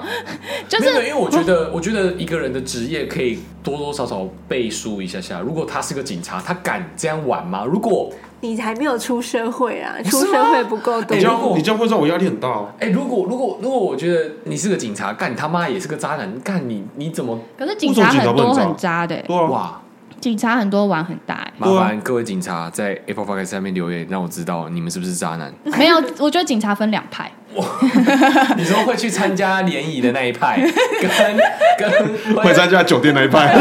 Speaker 4: 就
Speaker 1: 嗯没有，没有
Speaker 4: 是
Speaker 1: 因为我觉得，我觉得一个人的职业可以多多少少背书一下下。如果他是个警察，他敢这样玩吗？如果
Speaker 5: 你还没有出社会啊，
Speaker 1: 是吗
Speaker 5: 出社会不够多
Speaker 3: 你
Speaker 1: 哎
Speaker 3: 这。
Speaker 1: 如果
Speaker 3: 样你这样会让我压力很大哦。
Speaker 1: 哎、如果如果如果我觉得你是个警察，干你他妈也是个渣男，干你你怎么哦
Speaker 4: 可是警察很多很渣的、
Speaker 3: 对啊，
Speaker 1: 哇？
Speaker 4: 警察很多玩很大、
Speaker 1: <laughs>
Speaker 4: 欸，
Speaker 1: 麻烦各位警察在 Apple Podcast 上面留言，让我知道你们是不是渣男。
Speaker 4: 没有，我觉得警察分两派，
Speaker 1: 你说会去参加联谊的那一派， <laughs> 跟跟
Speaker 3: 会参加酒店那一派，
Speaker 1: 啊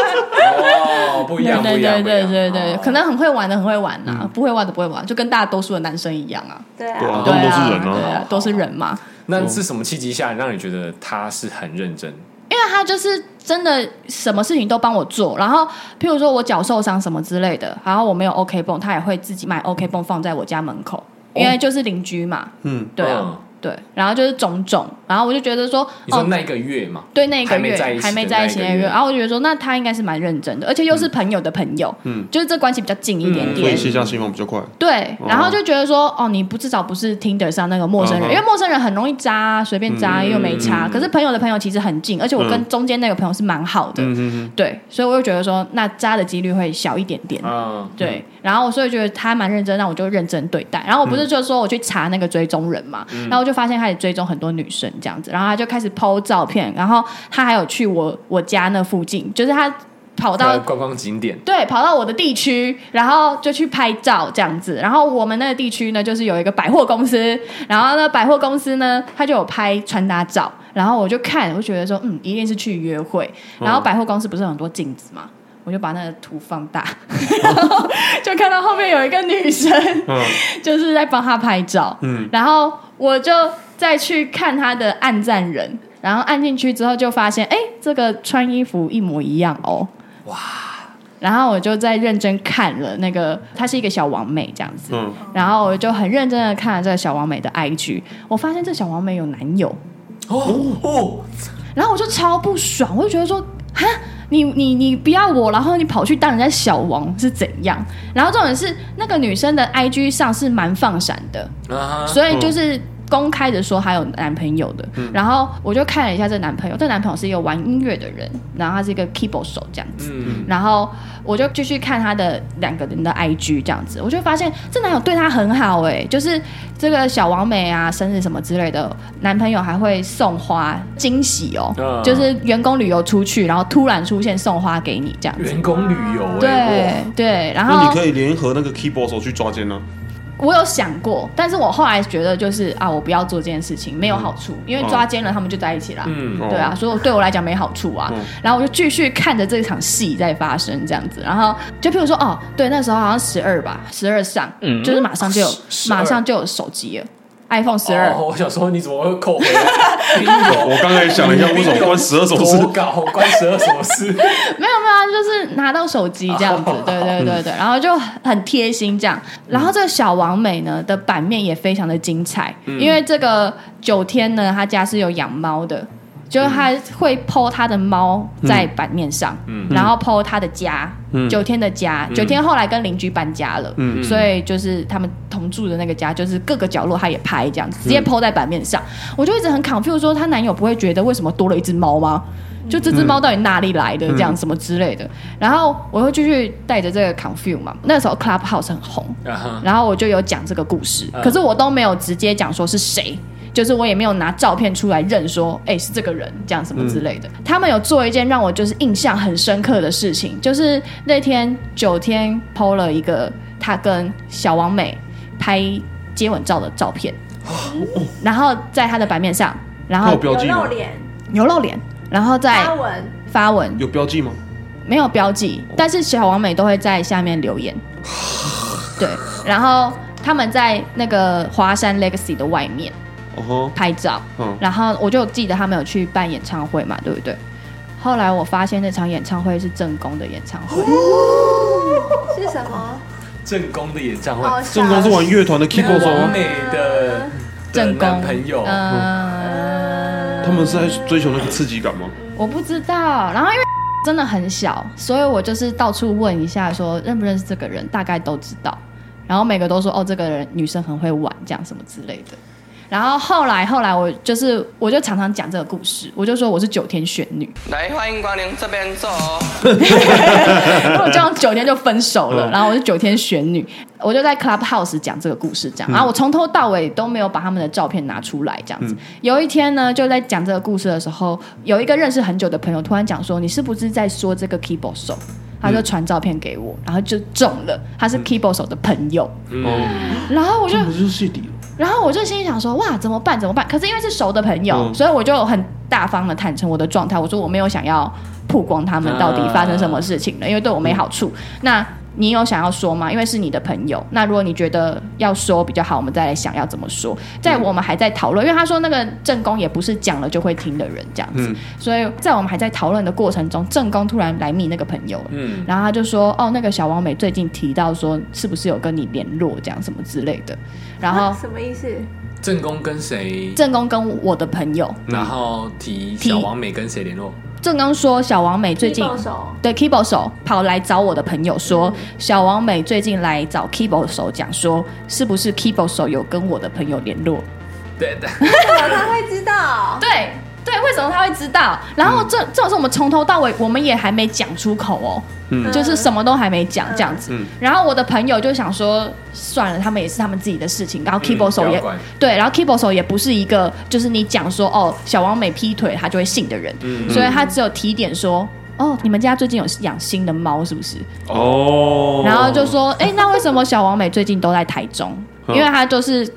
Speaker 1: 哦，不一
Speaker 4: 对
Speaker 1: 样，不
Speaker 4: 对
Speaker 1: 一样，
Speaker 4: 对对
Speaker 1: 不一
Speaker 4: 对
Speaker 1: 样
Speaker 4: 对，
Speaker 1: 哦嗯
Speaker 4: 可能很会玩的很会玩啊，不会玩的不会玩，就跟大多数的男生一样啊，
Speaker 5: 对
Speaker 3: 对啊
Speaker 1: 哦
Speaker 5: 啊，
Speaker 3: 他们
Speaker 4: 对
Speaker 3: 都是
Speaker 4: 啊，
Speaker 3: 人
Speaker 4: 对
Speaker 3: 啊。
Speaker 4: 啊，都是人嘛，
Speaker 1: 那是什么契机下让你觉得他是很认真？
Speaker 4: 因为他就是真的什么事情都帮我做，然后譬如说我脚受伤什么之类的，然后我没有 OK 泵，他也会自己买 OK 泵放在我家门口，因为就是邻居嘛，
Speaker 3: 嗯，
Speaker 4: 对啊，
Speaker 1: 嗯
Speaker 4: 对，然后就是种种，然后我就觉得说，
Speaker 1: 你说
Speaker 4: 哦，
Speaker 1: 那一个月嘛，
Speaker 4: 对那一个
Speaker 1: 还没
Speaker 4: 月
Speaker 1: 在一起的
Speaker 4: 还没在一起
Speaker 1: 那
Speaker 4: 那
Speaker 1: 一个
Speaker 4: 个月，
Speaker 1: 月
Speaker 4: 然后我就觉得说，那他应该是蛮认真的，而且又是朋友的朋友，嗯，就是这关系比较近一
Speaker 1: 嗯
Speaker 4: 点
Speaker 3: 所以
Speaker 4: 点。
Speaker 3: 卸下心防比较快。
Speaker 4: 对，然后就觉得说，哦，你不至少不是 Tinder 上那个陌生人，
Speaker 3: 嗯哼
Speaker 4: 因为陌生人很容易渣啊，随便渣
Speaker 1: 嗯
Speaker 4: 又没差。可是朋友的朋友其实很近，而且我跟中间那个朋友是蛮好
Speaker 1: 嗯
Speaker 4: 的，对，所以我就觉得说，那渣的几率会小一点点。
Speaker 1: 嗯，
Speaker 4: 对，然后所以觉得他蛮认真，那我就认真对待。然后我不是就说我去查那个追踪人嘛，然后我就发现他也追踪很多女生这样子，然后他就开始 PO 照片，然后他还有去我我家那附近，就是他跑到
Speaker 1: 呃观光景点，
Speaker 4: 对，跑到我的地区，然后就去拍照这样子。然后我们那个地区呢，就是有一个百货公司，然后呢，百货公司呢，它就有拍穿搭照，然后我就看，我就觉得说，嗯，一定是去约会。然后百货公司不是有很多镜子嘛，我就把那个图放大， <laughs> 然后就看到后面有一个女生，
Speaker 3: 嗯，
Speaker 4: <laughs> 就是在帮她拍照。嗯，然后我就再去看她的暗赞人。然后按进去之后，就发现，哎，这个穿衣服一模一样哦。然后我就在认真看了那个，她是一个小王美这样子，
Speaker 3: 嗯
Speaker 4: 然后我就很认真的看了这个小王美的 IG，我发现这小王美有男友，
Speaker 1: 哦哦，
Speaker 4: 然后我就超不爽，我就觉得说，哈，你你你不要我，然后你跑去当人家小王是怎样？然后重点是那个女生的 IG 上是蛮放闪的，
Speaker 1: 啊哈，
Speaker 4: 所以就是公开的说她有男朋友的。然后我就看了一下这男朋友，这男朋友是一个玩音乐的人，然后他是一个 keyboard 手这样子。
Speaker 1: 嗯，
Speaker 4: 然后我就继续看他的两个人的 IG 这样子，我就发现这男友对她很好哎、就是这个小王美啊，生日什么之类的，男朋友还会送花惊喜哦，
Speaker 1: 啊
Speaker 4: 就是员工旅游出去，然后突然出现送花给你这样子，
Speaker 1: 员工旅游
Speaker 4: 对
Speaker 1: 哎，
Speaker 4: 对，然
Speaker 3: 那
Speaker 4: 后
Speaker 3: 你可以联合那个 keyboard 手去抓奸啊呢、
Speaker 4: 我有想过，但是我后来觉得就是啊，我不要做这件事情，没有好处，因为抓奸了他们就在一起啦。
Speaker 1: 哇嗯，
Speaker 3: 哦
Speaker 4: 对啊，，所以对我来讲没好处啊。
Speaker 3: 嗯
Speaker 4: 然后我就继续看着这场戏在发生，这样子。然后就譬如说，哦，对，那时候好像十二吧，十二上，
Speaker 6: 嗯
Speaker 4: 就是马上就有
Speaker 1: 12
Speaker 4: 马上就有手机了，iPhone 十二、
Speaker 1: 哦我想说你怎么会扣回 <laughs> 来？冰
Speaker 3: 我
Speaker 1: 友
Speaker 3: 刚才想了一下，为什么关十二首
Speaker 1: <laughs>
Speaker 3: 事？
Speaker 1: 投稿关十二什么事？
Speaker 4: 没有没有啊，就是拿到手机这样子，
Speaker 1: 哦
Speaker 4: 对对对对，然后就很贴心这样。然后这个小王美呢的版面也非常的精彩，因为这个九天呢，他家是有养猫的。就是他会 PO 他的猫在版面上，嗯然后 PO 他的家，九天的家，九天后来跟邻居搬家了，所以就是他们同住的那个家，就是各个角落他也拍这样子，直接 PO 在版面上。我就一直很 confused，说她男友不会觉得为什么多了一只猫吗？就这只猫到底哪里来的，这样什么之类的。然后我又继续带着这个 confuse 嘛，那时候 Clubhouse 很红，
Speaker 1: <laughs> 啊哈
Speaker 4: 然后我就有讲这个故事，
Speaker 1: 嗯
Speaker 4: 可是我都没有直接讲说是谁。就是我也没有拿照片出来认说，哎、是这个人这样什么之类的。他们有做一件让我就是印象很深刻的事情，就是那天九天 PO 了一个他跟小王美拍接吻照的照片，然后在他的版面上，然
Speaker 3: 他有
Speaker 4: 后
Speaker 3: 标记
Speaker 5: 有露
Speaker 3: 吗？
Speaker 5: 脸、
Speaker 4: 有露脸，然后再
Speaker 2: 哦
Speaker 5: 发文，
Speaker 4: 发文，
Speaker 3: 有标记吗？
Speaker 4: 没有标记，但是小王美都会在下面
Speaker 1: <sighs>
Speaker 4: 留言。对，然后他们在那个华山 Legacy 的外面
Speaker 3: 哦吼，
Speaker 4: 拍照，
Speaker 3: 嗯，
Speaker 4: 然后我就记得他们有去办演唱会嘛，对不对？后来我发现那场演唱会是正宫的演唱
Speaker 1: 哦
Speaker 4: 会，
Speaker 5: 是什么？
Speaker 1: 正宫的演唱会，
Speaker 5: 哦，
Speaker 3: 正宫是玩乐团的
Speaker 1: 那
Speaker 3: keyboard
Speaker 1: 个
Speaker 3: 手
Speaker 1: 完
Speaker 3: 啊，
Speaker 1: 美的的
Speaker 4: 正
Speaker 1: 男
Speaker 4: 宫
Speaker 1: 朋友，
Speaker 4: 嗯，
Speaker 3: 他们是在追求那个刺激感吗？
Speaker 4: 我不知道。然后因为 <laughs> 真的很小，所以我就是到处问一下，说认不认识这个人，大概都知道。然后每个都说哦，这个人女生很会玩，这样什么之类的。然后后来后来我就是我就常常讲这个故事，我就说我是九天玄女，
Speaker 7: 来，欢迎光临这边坐哦。
Speaker 4: <laughs> 然后我这样九天就分手了，然后我是九天玄女，我就在 Clubhouse 讲这个故事，这样，然后我从头到尾都没有把他们的照片拿出来，这样子。有一天呢，就在讲这个故事的时候，有一个认识很久的朋友突然讲说：“你是不是在说这个 keyboard 手？”他就传照片给我，然后就中了，他是 keyboard 手的朋友，
Speaker 3: 哦，
Speaker 4: 然后我就
Speaker 3: 那不是戏底了。
Speaker 4: 然后我就心里想说，哇，怎么办？怎么办？可是因为是熟的朋友，
Speaker 3: 嗯
Speaker 4: 所以我就很大方的坦诚我的状态，我说我没有想要曝光他
Speaker 3: 啊
Speaker 4: 们到底发生什么事情了，因为对我没好处。
Speaker 3: 嗯
Speaker 4: 那你有想要说吗？因为是你的朋友，那如果你觉得要说比较好，我们再来想要怎么说。在我们还在讨论，因为他说那个正宫也不是讲了就会听的人这样子，
Speaker 3: 嗯
Speaker 4: 所以在我们还在讨论的过程中，正宫突然来密那个朋友了，
Speaker 1: 嗯，
Speaker 4: 然后他就说，哦，那个小王美最近提到说是不是有跟你联络这样什么之类的，然后
Speaker 5: 啊什么意思？
Speaker 1: 正宫跟谁？
Speaker 4: 正宫跟我的朋友，
Speaker 1: 然后提
Speaker 4: 提
Speaker 1: 小王美跟谁联络？
Speaker 4: 正宫说小王美最近
Speaker 5: 踢爆手
Speaker 4: 对 keyboard 手跑来找我的朋友说，小王美最近来找 keyboard 手讲说，是不是 keyboard 手有跟我的朋友联络？
Speaker 1: 对对，
Speaker 5: 啊他会知道。
Speaker 4: 对对，为什么他会知道？然后这这种事我们从头到尾我们也还没讲出口哦，
Speaker 3: 嗯
Speaker 4: 就是什么都还没讲这样子。
Speaker 3: 嗯
Speaker 4: 然后我的朋友就想说，算了，他们也是他们自己的事情，然后 keyboard 手
Speaker 1: 不
Speaker 4: 也、
Speaker 1: 要管
Speaker 4: 对，然后 keyboard 手也不是一个就是你讲说哦小王美劈腿他就会信的人，
Speaker 3: 嗯
Speaker 4: 所以他只有提点说。哦，你们家最近有养新的猫是不是？
Speaker 3: 哦，
Speaker 4: 然后就说，哎、那为什么小王美最近都在台中？因
Speaker 3: <laughs> 嗯
Speaker 4: 为他就是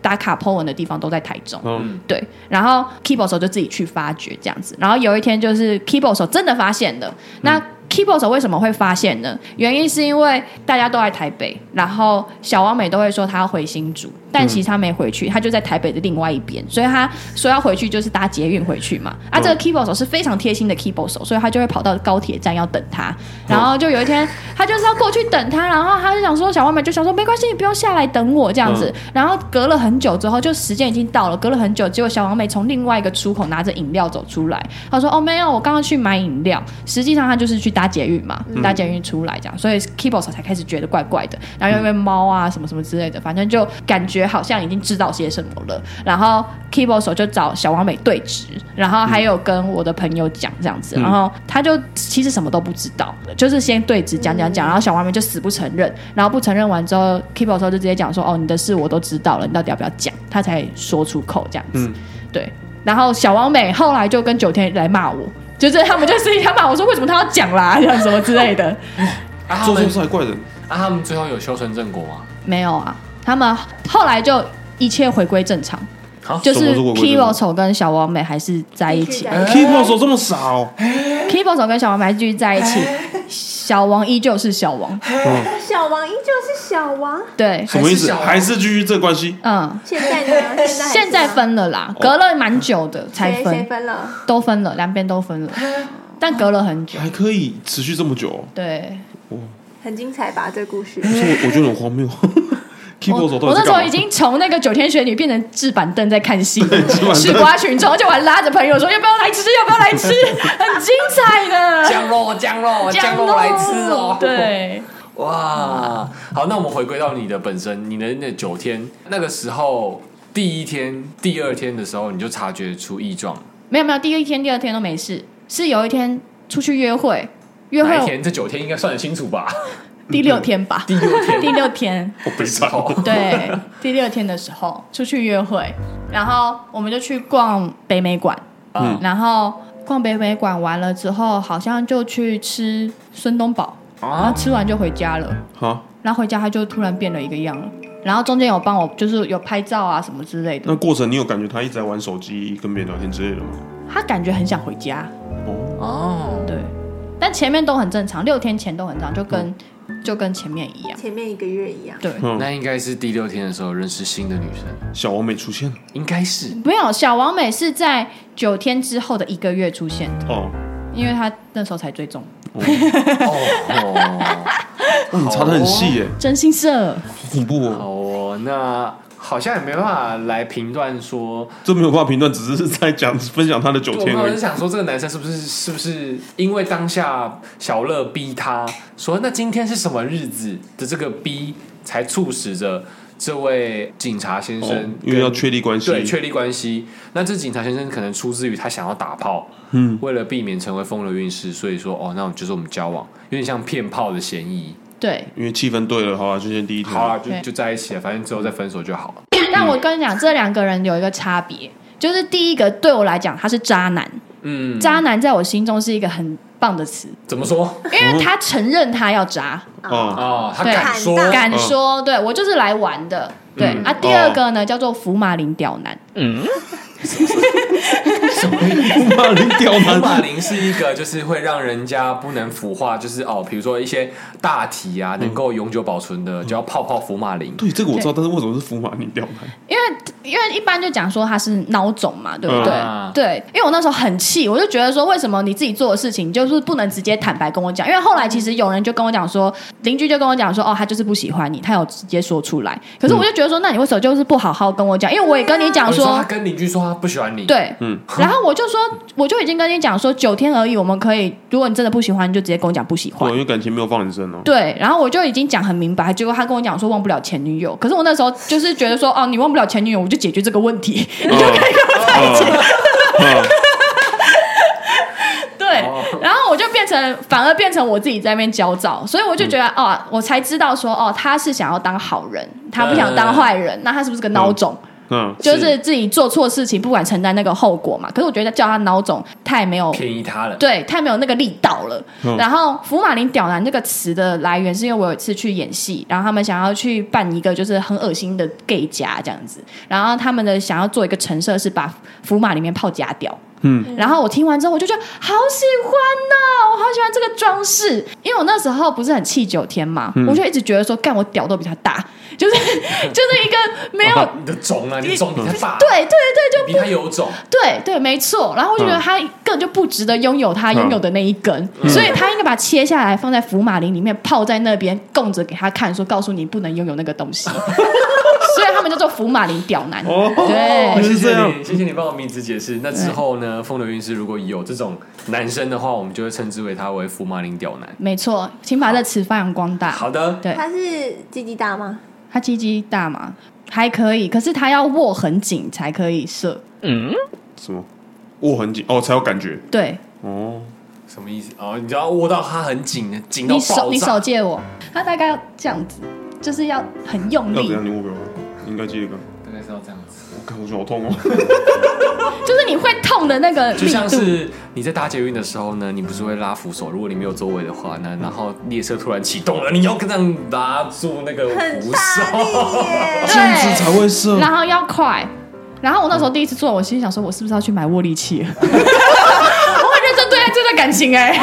Speaker 4: 打卡 po 文的地方都在台中。
Speaker 3: 嗯，
Speaker 4: 对，然后 keyboard 手就自己去发掘这样子，然后有一天就是 keyboard 手真的发现了，那 keyboard 手为什么会发现呢？原因是因为大家都在台北，然后小王美都会说她要回新竹，但其实她没回去，她就在台北的另外一边，所以她说要回去就是搭捷运回去嘛。啊，这个 keyboard 手是非常贴心的 keyboard 手，所以他就会跑到高铁站要等她，然后就有一天他就是要过去等她，然后他就想说小王美就想说没关系，你不用下来等我这样子，然后隔了很久之后，就时间已经到了，隔了很久，结果小王美从另外一个出口拿着饮料走出来，她说：“哦，没有，我刚刚去买饮料。”实际上她就是去搭捷运嘛，搭捷运出来这样，所以 Keyboard 才开始觉得怪怪的。然后又因为猫啊什么什么之类的，反正就感觉觉好像已经知道些什么了。然后 keyboard 手就找小王美对质，然后还有跟我的朋友讲这样子，然后他就其实什么都不知道，就是先对质讲讲讲，然后小王美就死不承认，然后不承认完之后，keyboard 手就直接讲说：“哦，你的事我都知道了，你到底要不要讲？”他才说出口这样子。对，然后小王美后来就跟九天来骂我。就是他们就私底下骂我说，为什么他要讲啦，这样什么之类的。 <laughs>
Speaker 1: 啊，他
Speaker 3: 做错
Speaker 1: 们
Speaker 3: 事还怪人，
Speaker 1: 啊，他们最后有修成正果吗？
Speaker 4: 没有啊，他们后来就一切回归正常，
Speaker 1: 好
Speaker 4: 就
Speaker 3: 什么
Speaker 4: 是 k
Speaker 3: 时候回
Speaker 4: i
Speaker 3: 归
Speaker 4: b
Speaker 3: 正
Speaker 4: o
Speaker 3: 常
Speaker 4: 手跟小王美还是在一起
Speaker 2: 哎
Speaker 3: k e y b o a 手这么少，
Speaker 4: k i b o 手跟小王美还是继续在一起，小王依旧是小王，
Speaker 5: 小王依旧是小王，
Speaker 4: 对，
Speaker 3: 什么意思？
Speaker 1: 小王
Speaker 3: 还是继续这关系？
Speaker 4: 嗯，
Speaker 5: 现在呢？现在还是吗
Speaker 4: 现在分了
Speaker 3: 哦
Speaker 4: 啦，隔了蛮久的才
Speaker 5: 谁谁
Speaker 4: 分，
Speaker 5: 分了？
Speaker 4: 都分了，两边都分了，但隔了很久，
Speaker 3: 还可以持续这么久哦？
Speaker 4: 对。
Speaker 5: 很精彩吧？这故事
Speaker 3: 可
Speaker 4: 嗯
Speaker 3: 是我我觉得很荒谬。
Speaker 4: 我
Speaker 3: keyboard 手到底
Speaker 4: 我那
Speaker 3: 在
Speaker 4: 时候
Speaker 3: 干
Speaker 4: 已
Speaker 3: 嘛？
Speaker 4: 经从那个九天玄女变成置板凳在看戏，
Speaker 3: 凳
Speaker 4: 吃瓜群众，而且我还拉着朋友说要不要来吃，要不要来吃，很精彩的。
Speaker 1: 酱肉，酱肉，酱肉来吃哦。，
Speaker 4: 对，
Speaker 1: 哇，好，那我们回归到你的本身，你的那九天那个时候，第一天、第二天的时候，你就察觉出异状。
Speaker 4: 没有没有，第一天、第二天都没事，是有一天出去约会，约
Speaker 1: 哪一
Speaker 4: 会
Speaker 1: 天？这九天应该算得清楚吧？ <laughs>
Speaker 4: 第六天吧，
Speaker 1: 第六天，
Speaker 4: 第六天，
Speaker 3: 我悲惨哦，
Speaker 4: 对，第六天的时候出去约会，然后我们就去逛北美馆，
Speaker 1: 嗯
Speaker 4: 然后逛北美馆完了之后，好像就去吃孙东宝，然后
Speaker 1: 啊，
Speaker 4: 吃完就回家了。
Speaker 3: 好，
Speaker 4: 然后回家他就突然变了一个样了。然后中间有帮我，就是有拍照啊什么之类的。
Speaker 3: 那过程你有感觉他一直在玩手机、跟别人聊天之类的吗？
Speaker 4: 他感觉很想回家，
Speaker 3: 哦，
Speaker 1: 哦，
Speaker 4: 对，但前面都很正常，六天前都很正常，就跟、就跟前面一样。
Speaker 5: 前面一个月一样，
Speaker 4: 对，
Speaker 1: 那应该是第六天的时候认识新的女生，
Speaker 3: 嗯小王没出现了
Speaker 1: 应该 <laughs> 是
Speaker 4: 没有小王美是在九天之后的一个月出现的，
Speaker 3: 哦，
Speaker 4: 因为他那时候才追踪
Speaker 1: 哦。
Speaker 3: 哇，你查的嗯很细耶，
Speaker 4: 真心社。
Speaker 3: 好恐怖哦。
Speaker 1: 好哦，那好像也没办法来评断说，
Speaker 3: 这没有办法评断，只是在讲分享他的九
Speaker 1: 我
Speaker 3: 天
Speaker 1: 朋友
Speaker 3: 而
Speaker 1: 就
Speaker 3: 已。
Speaker 1: 想说这个男生是不是是不是因为当下小乐逼他说那今天是什么日子的这个逼，才促使着这位警察先生
Speaker 3: 哦
Speaker 1: 跟、，
Speaker 3: 因为要确立关系，
Speaker 1: 对确立关系。那这警察先生可能出自于他想要打炮，
Speaker 3: 嗯，
Speaker 1: 为了避免成为风流韵事，所以说哦，那我们就是我们交往，有点像骗炮的嫌疑。
Speaker 4: 对，
Speaker 3: 因为气氛对了，好啊，就先第一天。
Speaker 1: 好啦，就
Speaker 4: 对
Speaker 1: 就在一起了，反正之后再分手就好了。
Speaker 4: 但我跟你讲，这两个人有一个差别，就是第一个对我来讲他是渣男，
Speaker 1: 嗯，
Speaker 4: 渣男在我心中是一个很棒的词，
Speaker 1: 怎么说
Speaker 4: 因为他承认他要渣。
Speaker 3: <laughs> 哦，
Speaker 1: 哦？他
Speaker 4: 对
Speaker 1: 敢说，
Speaker 5: 坦荡
Speaker 4: 敢说，对我就是来玩的。对、
Speaker 1: 嗯
Speaker 4: 啊，第二个呢、叫做福马林屌男，
Speaker 3: 福马林
Speaker 1: <laughs>
Speaker 3: 屌
Speaker 1: 福马
Speaker 3: 男，
Speaker 1: 林是一个就是会让人家不能腐化，就是哦，比如说一些大题啊，能够永久保存的，就要泡泡福马林。
Speaker 3: 对这个我知道，但是为什么是福马林屌男？
Speaker 4: 因为因为一般就讲说他是孬种嘛，对不对？
Speaker 1: 啊
Speaker 4: 对，因为我那时候很气，我就觉得说为什么你自己做的事情你就是不能直接坦白跟我讲？因为后来其实有人就跟我讲说，邻居就跟我讲说，哦，他就是不喜欢你，他有直接说出来。可是我就觉得说，那你为什么就是不好好跟我讲？因为我也跟你讲
Speaker 1: 我
Speaker 4: 说，
Speaker 1: 说他跟邻居说他不喜欢你，，
Speaker 4: 对，
Speaker 3: 嗯
Speaker 4: 然后我就说，我就已经跟你讲说九天而已，我们可以，如果你真的不喜欢，你就直接跟我讲不喜欢
Speaker 3: 对，。啊因为感情没有放很深哦。
Speaker 4: 对，然后我就已经讲很明白，结果他跟我讲说忘不了前女友，可是我那时候就是觉得说，哦，你忘不了前女友，我就解决这个问题。
Speaker 3: 你就可以跟我在一起。
Speaker 4: 对，然后我就变成反而变成我自己在那边焦躁，所以我就觉得，哦，我才知道说，哦，他是想要当好人，他不想当坏人，那他是不是个孬种？
Speaker 3: 嗯，
Speaker 4: 就是自己做错事情不敢承担那个后果嘛。可是我觉得叫他孬种太没有
Speaker 1: 便宜他了。
Speaker 4: 对，太没有那个力道了。
Speaker 3: 嗯
Speaker 4: 然后“福马林屌男”这个词的来源是因为我有一次去演戏，然后他们想要去办一个就是很恶心的 gay 家这样子，然后他们的想要做一个陈设是把福马里面泡假屌。嗯，然后我听完之后，我就觉得好喜欢呐、我好喜欢这个装饰，因为我那时候不是很气九天嘛，我就一直觉得说，干我屌都比他大，就是就是一个没有、
Speaker 1: 哦你的种啊，你的种比他大，
Speaker 4: 对对对，就
Speaker 1: 比他有种。
Speaker 4: 对对，没错。然后我就觉得
Speaker 3: 嗯
Speaker 4: 他根本就不值得拥有他
Speaker 3: 嗯
Speaker 4: 拥有的那一根，所以他应该把它切下来放在福马林里面泡在那边供着给他看，说告诉你不能拥有那个东西。所以他们叫做福马林屌男。
Speaker 3: 哦，
Speaker 1: 哦
Speaker 4: 对
Speaker 1: 谢
Speaker 3: 是这
Speaker 1: 谢
Speaker 3: 样
Speaker 1: 你，谢谢你帮我名字解释。那之后呢，风流韵事如果有这种男生的话，我们就会称之为他为福马林屌男。
Speaker 4: 没错，请把这词发扬光大。
Speaker 1: 好的，
Speaker 4: 对
Speaker 5: 他是鸡鸡大吗？
Speaker 4: 他鸡鸡大嘛？还可以，可是它要握很紧才可以射。
Speaker 3: 什么握很紧哦才有感觉
Speaker 4: 对
Speaker 3: 哦，
Speaker 1: 什么意思？哦，你就要握到它很紧，紧到
Speaker 4: 你
Speaker 1: 爆炸。
Speaker 4: 手，你手借我，它大概要这样子，就是要很用
Speaker 3: 要
Speaker 4: 力
Speaker 3: 怎，样你握给我看，应该记得个，
Speaker 1: 大概是要这样子，
Speaker 3: 我看我觉得好痛哦，
Speaker 4: 就是你会痛的那个
Speaker 1: 就
Speaker 4: 力
Speaker 1: 像
Speaker 4: 度。
Speaker 1: 是你在搭捷运的时候呢，你不是会拉扶手？如果你没有座位的话呢，然后列车突然启动了，你要这样拉住那个扶手。
Speaker 3: 这样子才会射，
Speaker 4: 然后要快。然后我那时候第一次做，我心里想说，我是不是要去买握力 <laughs> 器？我很认真对待这段感情哎、